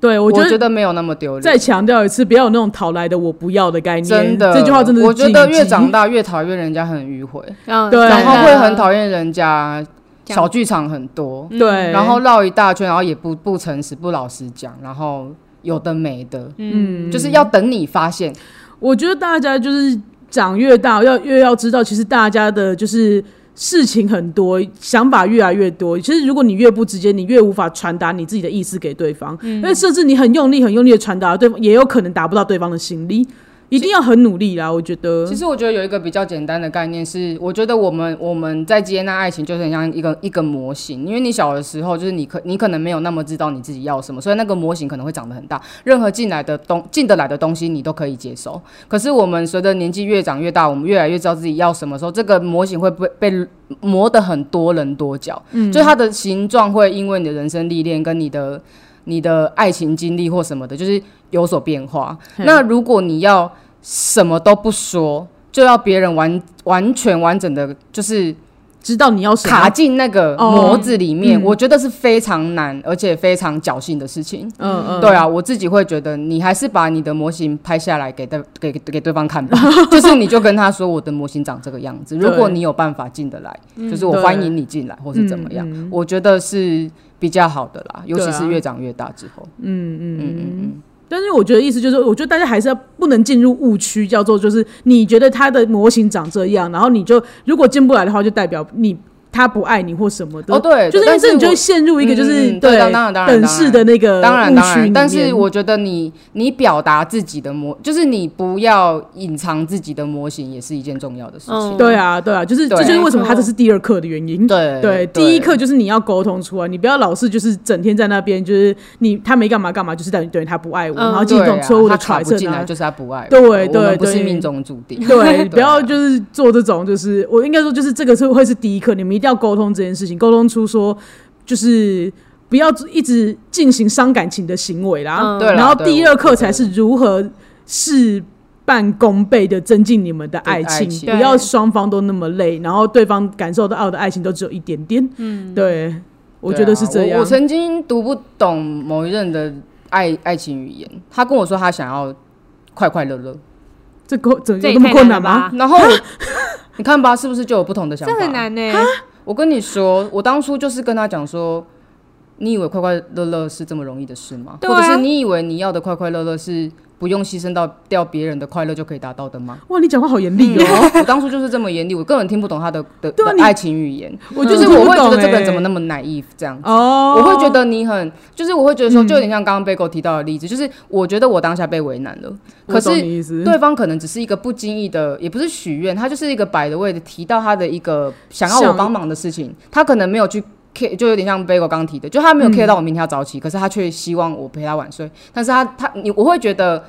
[SPEAKER 1] 对，我
[SPEAKER 3] 我
[SPEAKER 1] 觉得
[SPEAKER 3] 得没有那么丢
[SPEAKER 1] 再
[SPEAKER 3] 脸。
[SPEAKER 1] 强调一次，不要有那种讨来的我不要的概念。
[SPEAKER 3] 真的，
[SPEAKER 1] 这句话真的是
[SPEAKER 3] 我觉得
[SPEAKER 1] 禁忌
[SPEAKER 3] 越长大越讨厌人家很迂回，
[SPEAKER 2] 嗯，
[SPEAKER 1] 对啊
[SPEAKER 3] 然后
[SPEAKER 2] 真的
[SPEAKER 3] 会很讨厌人家
[SPEAKER 2] 讲
[SPEAKER 3] 小剧场很多，
[SPEAKER 1] 对，
[SPEAKER 3] 嗯然后绕一大圈，然后也不不诚实、不老实讲，然后有的没的，嗯，就是要等你发现。
[SPEAKER 1] 我觉得大家就是长越大，要越要知道，其实大家的就是事情很多，想法越来越多。其实如果你越不直接，你越无法传达你自己的意思给对方，
[SPEAKER 3] 嗯
[SPEAKER 1] 而且甚至你很用力、很用力的传达，对方也有可能达不到对方的心力。一定要很努力啦，我觉得
[SPEAKER 3] 其。实我觉得有一个比较简单的概念是，我觉得我们我们在接纳爱情就是很像一个一个模型，因为你小的时候就是你可你可能没有那么知道你自己要什么，所以那个模型可能会长得很大，任何进来的东进得来的东西你都可以接受。可是我们随着年纪越长越大，我们越来越知道自己要什么时候，这个模型会被被磨得很多棱多角，嗯，就它的形状会因为你的人生历练跟你的你的爱情经历或什么的，就是有所变化。那如果你要什么都不说，就要别人完完全完整的，就是
[SPEAKER 1] 知道你要哦嗯什
[SPEAKER 3] 卡
[SPEAKER 1] 么。
[SPEAKER 3] 进那个模子里面，我觉得是非常难，而且非常侥幸的事情。
[SPEAKER 1] 嗯嗯，
[SPEAKER 3] 对啊，我自己会觉得，你还是把你的模型拍下来给对给给给对方看吧， *laughs* 就是你就跟他说我的模型长这个样子，
[SPEAKER 1] 对嗯
[SPEAKER 3] 如果你有办法进得来，就是我
[SPEAKER 1] 对
[SPEAKER 3] 欢迎你进来，或是怎么样，
[SPEAKER 1] 嗯
[SPEAKER 3] 我觉得是比较好的啦，尤其
[SPEAKER 1] 啊
[SPEAKER 3] 是越长越大之后，嗯嗯嗯嗯，
[SPEAKER 1] 但是我觉得意思就是，我觉得大家还是要不能进入误区，叫做就是你觉得它的模型长这样，然后你就如果进不来的话，就代表你他不爱你或什么的。
[SPEAKER 3] 哦对
[SPEAKER 1] 就是因为
[SPEAKER 3] 但是
[SPEAKER 1] 这你就
[SPEAKER 3] 我
[SPEAKER 1] 会陷入一个就是、
[SPEAKER 3] 嗯嗯对当然当然
[SPEAKER 1] 等式的那个
[SPEAKER 3] 当
[SPEAKER 1] 呃误
[SPEAKER 3] 然当
[SPEAKER 1] 区里
[SPEAKER 3] 然，
[SPEAKER 1] 面
[SPEAKER 3] 但是我觉得你你表达自己的模，就是你不要隐藏自己的模型，也是一件重要的事情。
[SPEAKER 2] 嗯
[SPEAKER 1] 对啊对啊，就是
[SPEAKER 3] 对
[SPEAKER 1] 这就是为什么
[SPEAKER 2] 没错
[SPEAKER 1] 它这是第二课的原因。
[SPEAKER 3] 对
[SPEAKER 1] 对，第一课就是你要沟通出来，你不要老是就是整天在那边，就是你他没干嘛干嘛，就是等于等于他不爱我，
[SPEAKER 2] 嗯
[SPEAKER 1] 然后进
[SPEAKER 3] 对
[SPEAKER 1] 行这种错误的
[SPEAKER 3] 啊他卡
[SPEAKER 1] 揣
[SPEAKER 3] 不
[SPEAKER 1] 测
[SPEAKER 3] 进
[SPEAKER 1] 然后
[SPEAKER 3] 来就是他不爱我，
[SPEAKER 1] 对
[SPEAKER 3] 我
[SPEAKER 1] 对
[SPEAKER 3] 们不是
[SPEAKER 1] 对
[SPEAKER 3] 命中注定。
[SPEAKER 1] 对，不要
[SPEAKER 3] *laughs* 对啊
[SPEAKER 1] 就是做这种，就是我应该说，就是这个是会是第一课，你们一定要沟通这件事情，沟通出说就是不要一直进行伤感情的行为啦。
[SPEAKER 2] 嗯
[SPEAKER 3] 对啦
[SPEAKER 1] 然后
[SPEAKER 3] 对
[SPEAKER 1] 第
[SPEAKER 3] 我
[SPEAKER 1] 二课才是如何事半功倍的增进你们的爱
[SPEAKER 3] 对爱情
[SPEAKER 1] 不要双方都那么累，然后对方感受到的爱情都只有一点点。嗯，对，我觉得是这
[SPEAKER 3] 对啊
[SPEAKER 1] 样。
[SPEAKER 3] 我我曾经读不懂某一任的爱爱情语言，他跟我说他想要快快乐乐，
[SPEAKER 1] 这个怎
[SPEAKER 2] 这
[SPEAKER 1] 有
[SPEAKER 2] 也
[SPEAKER 1] 那么
[SPEAKER 2] 太
[SPEAKER 1] 困
[SPEAKER 2] 难了
[SPEAKER 1] 难吗？
[SPEAKER 2] 吧？
[SPEAKER 3] 然后
[SPEAKER 1] *laughs*
[SPEAKER 3] 你看吧，是不是就有不同的想
[SPEAKER 2] 这
[SPEAKER 3] 法？
[SPEAKER 2] 很。难呢、
[SPEAKER 3] 我跟你说，我当初就是跟他讲说，你以为快快乐乐是这么容易的事吗？
[SPEAKER 2] 对啊
[SPEAKER 3] 或者是你以为你要的快快乐乐是不用牺牲到掉别人的快乐就可以达到的吗？
[SPEAKER 1] 哇，你讲话好严厉哦！
[SPEAKER 3] 嗯我当初就是这么严厉，我根本听不懂他的的
[SPEAKER 1] 对啊
[SPEAKER 3] 的
[SPEAKER 1] 你
[SPEAKER 3] 爱情语言，
[SPEAKER 1] *laughs* 我
[SPEAKER 3] 嗯 *laughs* 就是是
[SPEAKER 1] 听
[SPEAKER 3] 我
[SPEAKER 1] 不
[SPEAKER 3] 会觉得
[SPEAKER 1] 懂
[SPEAKER 3] 这个人
[SPEAKER 1] 欸
[SPEAKER 3] 怎么那么 naive 这样子。
[SPEAKER 1] 哦，嗯
[SPEAKER 3] 我会觉得你很，就是我会觉得说，就有点像刚刚贝狗提到的例子，就是我觉得我当下被为难了，可
[SPEAKER 1] 我懂
[SPEAKER 3] 是
[SPEAKER 1] 你意思
[SPEAKER 3] 对方可能只是一个不经意的，也不是许愿，他就是一个摆的位置提到他的一个想要我
[SPEAKER 1] 想
[SPEAKER 3] 帮忙的事情，他可能没有去 care，就有点像 Bagel 刚提的，就他
[SPEAKER 1] 嗯
[SPEAKER 3] 没有 care 到我明天要早起，可是他却希望我陪他晚睡，但是他他你我会觉得。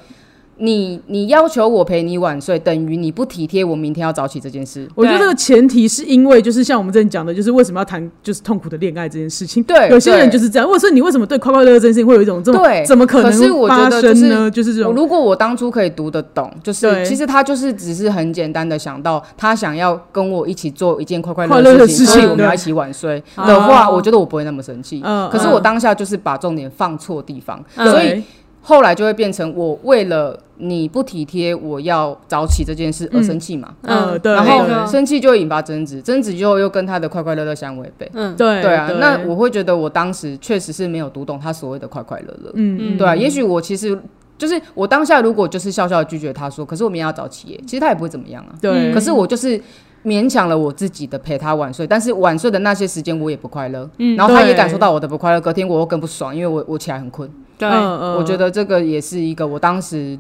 [SPEAKER 3] 你你要求我陪你晚睡，等于你不体贴我明天要早起这件事。
[SPEAKER 1] 我觉得这
[SPEAKER 2] 对
[SPEAKER 1] 个前提是因为，就是像我们之前讲的，就是为什么要谈就是痛苦的恋爱这件事情。
[SPEAKER 3] 对
[SPEAKER 1] 有些人
[SPEAKER 3] 对
[SPEAKER 1] 就是这样。或者说你为什么对快快乐乐这件事情会有一种这么
[SPEAKER 3] 对
[SPEAKER 1] 怎么可
[SPEAKER 3] 可是
[SPEAKER 1] 能
[SPEAKER 3] 我
[SPEAKER 1] 发
[SPEAKER 3] 觉得就是
[SPEAKER 1] 生呢？就是这种
[SPEAKER 3] 我如果我当初可以读得懂，就
[SPEAKER 1] 对
[SPEAKER 3] 是其实他就是只是很简单的想到他想要跟我一起做一件快快
[SPEAKER 1] 快
[SPEAKER 3] 乐
[SPEAKER 1] 乐的
[SPEAKER 3] 的
[SPEAKER 1] 事
[SPEAKER 3] 所以
[SPEAKER 1] 情
[SPEAKER 3] 我们要
[SPEAKER 1] 对
[SPEAKER 3] 一起晚睡
[SPEAKER 2] 哦
[SPEAKER 3] 的话，我觉得我不会那么生气
[SPEAKER 1] 嗯。
[SPEAKER 3] 可是我
[SPEAKER 1] 嗯
[SPEAKER 3] 当下就是把重点放错地方，
[SPEAKER 2] 嗯
[SPEAKER 3] 所以
[SPEAKER 1] 对
[SPEAKER 3] 后来就会变成我为了你不体贴我要早起这件事而生气嘛，
[SPEAKER 2] 嗯
[SPEAKER 1] 呃，对，
[SPEAKER 3] 然
[SPEAKER 2] 没错
[SPEAKER 3] 后生气就会引发争执，争执就又跟他的快快乐乐相违背。
[SPEAKER 2] 嗯，
[SPEAKER 1] 对
[SPEAKER 3] 对啊，那我会觉得我当时确实是没有读懂他所谓的快快乐乐。
[SPEAKER 1] 嗯
[SPEAKER 2] 嗯
[SPEAKER 3] 对啊，也许我其实就是我当下如果就是笑笑地拒绝他说，可是我明天要早起耶，其实他也不会怎么样啊。
[SPEAKER 1] 对，
[SPEAKER 3] 可是我就是勉强了我自己的陪他晚睡，但是晚睡的那些时间我也不快乐，然后他也
[SPEAKER 1] 对
[SPEAKER 3] 感受到我的不快乐，隔天我又更不爽，因为我我起来很困。
[SPEAKER 2] 对，
[SPEAKER 1] 嗯嗯
[SPEAKER 3] 我觉得这个也是一个我当时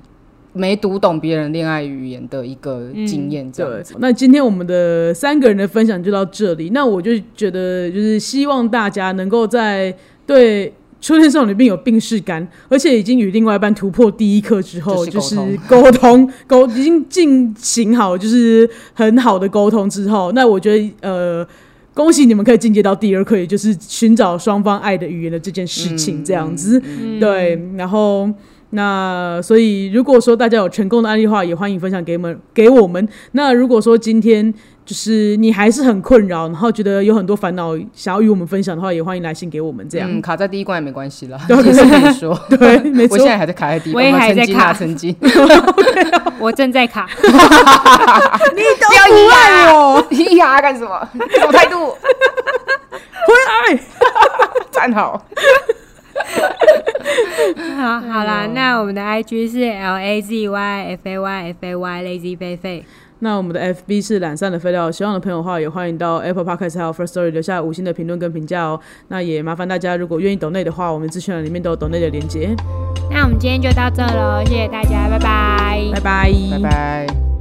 [SPEAKER 3] 没读懂别人恋爱语言的一个经验，这样
[SPEAKER 1] 嗯对
[SPEAKER 3] 子。，
[SPEAKER 1] 那今天我们的三个人的分享就到这里。那我就觉得，就是希望大家能够在对初恋少女病有病视感，而且已经与另外一半突破第一课之后，就
[SPEAKER 3] 就是是沟
[SPEAKER 1] 沟通沟已经进行好，就是很好的沟通之后，那我觉得呃。恭喜你们可以进阶到第二课，也就是寻找双方爱的语言的这件事情，这样子。
[SPEAKER 2] 嗯
[SPEAKER 3] 嗯
[SPEAKER 1] 对，然后那所以如果说大家有成功的案例的话，也欢迎分享给我们给我们。那如果说今天就是你还是很困扰，然后觉得有很多烦恼想要与我们分享的话，也欢迎来信给我们。这样、
[SPEAKER 3] 嗯，卡在第一关也没关系啦，
[SPEAKER 1] *laughs* 对
[SPEAKER 3] 也是可以说。 *laughs*
[SPEAKER 1] 对，没
[SPEAKER 3] 我
[SPEAKER 1] 错
[SPEAKER 3] 现。在还在卡在第一关，
[SPEAKER 2] 我也还在
[SPEAKER 3] 曾经啊
[SPEAKER 2] 卡
[SPEAKER 3] 曾
[SPEAKER 1] *laughs*
[SPEAKER 3] 经。
[SPEAKER 2] *laughs* 我正在卡，
[SPEAKER 1] *laughs*
[SPEAKER 3] 不要依赖
[SPEAKER 1] 哦
[SPEAKER 3] *laughs* 我，依赖干什么？什么
[SPEAKER 1] *laughs*
[SPEAKER 3] 态度？
[SPEAKER 1] 回来，
[SPEAKER 3] 站好。
[SPEAKER 2] 好，好
[SPEAKER 3] 嗯
[SPEAKER 2] 啦，那我们的 IG 是 L A Z Y F A Y F A Y Lazy 菲菲，
[SPEAKER 1] 那我们的 FB 是懒散的废料，喜欢的朋友的话，也欢迎到 Apple Podcast 还有 First Story 留下五星的评论跟评价哦。那也麻烦大家，如果愿意抖内的话，我们资讯栏里面都有抖内的
[SPEAKER 3] 嗯
[SPEAKER 1] 连接。
[SPEAKER 2] 那我们今天就到这喽，谢谢大家，拜拜
[SPEAKER 1] 拜拜，
[SPEAKER 3] 拜拜。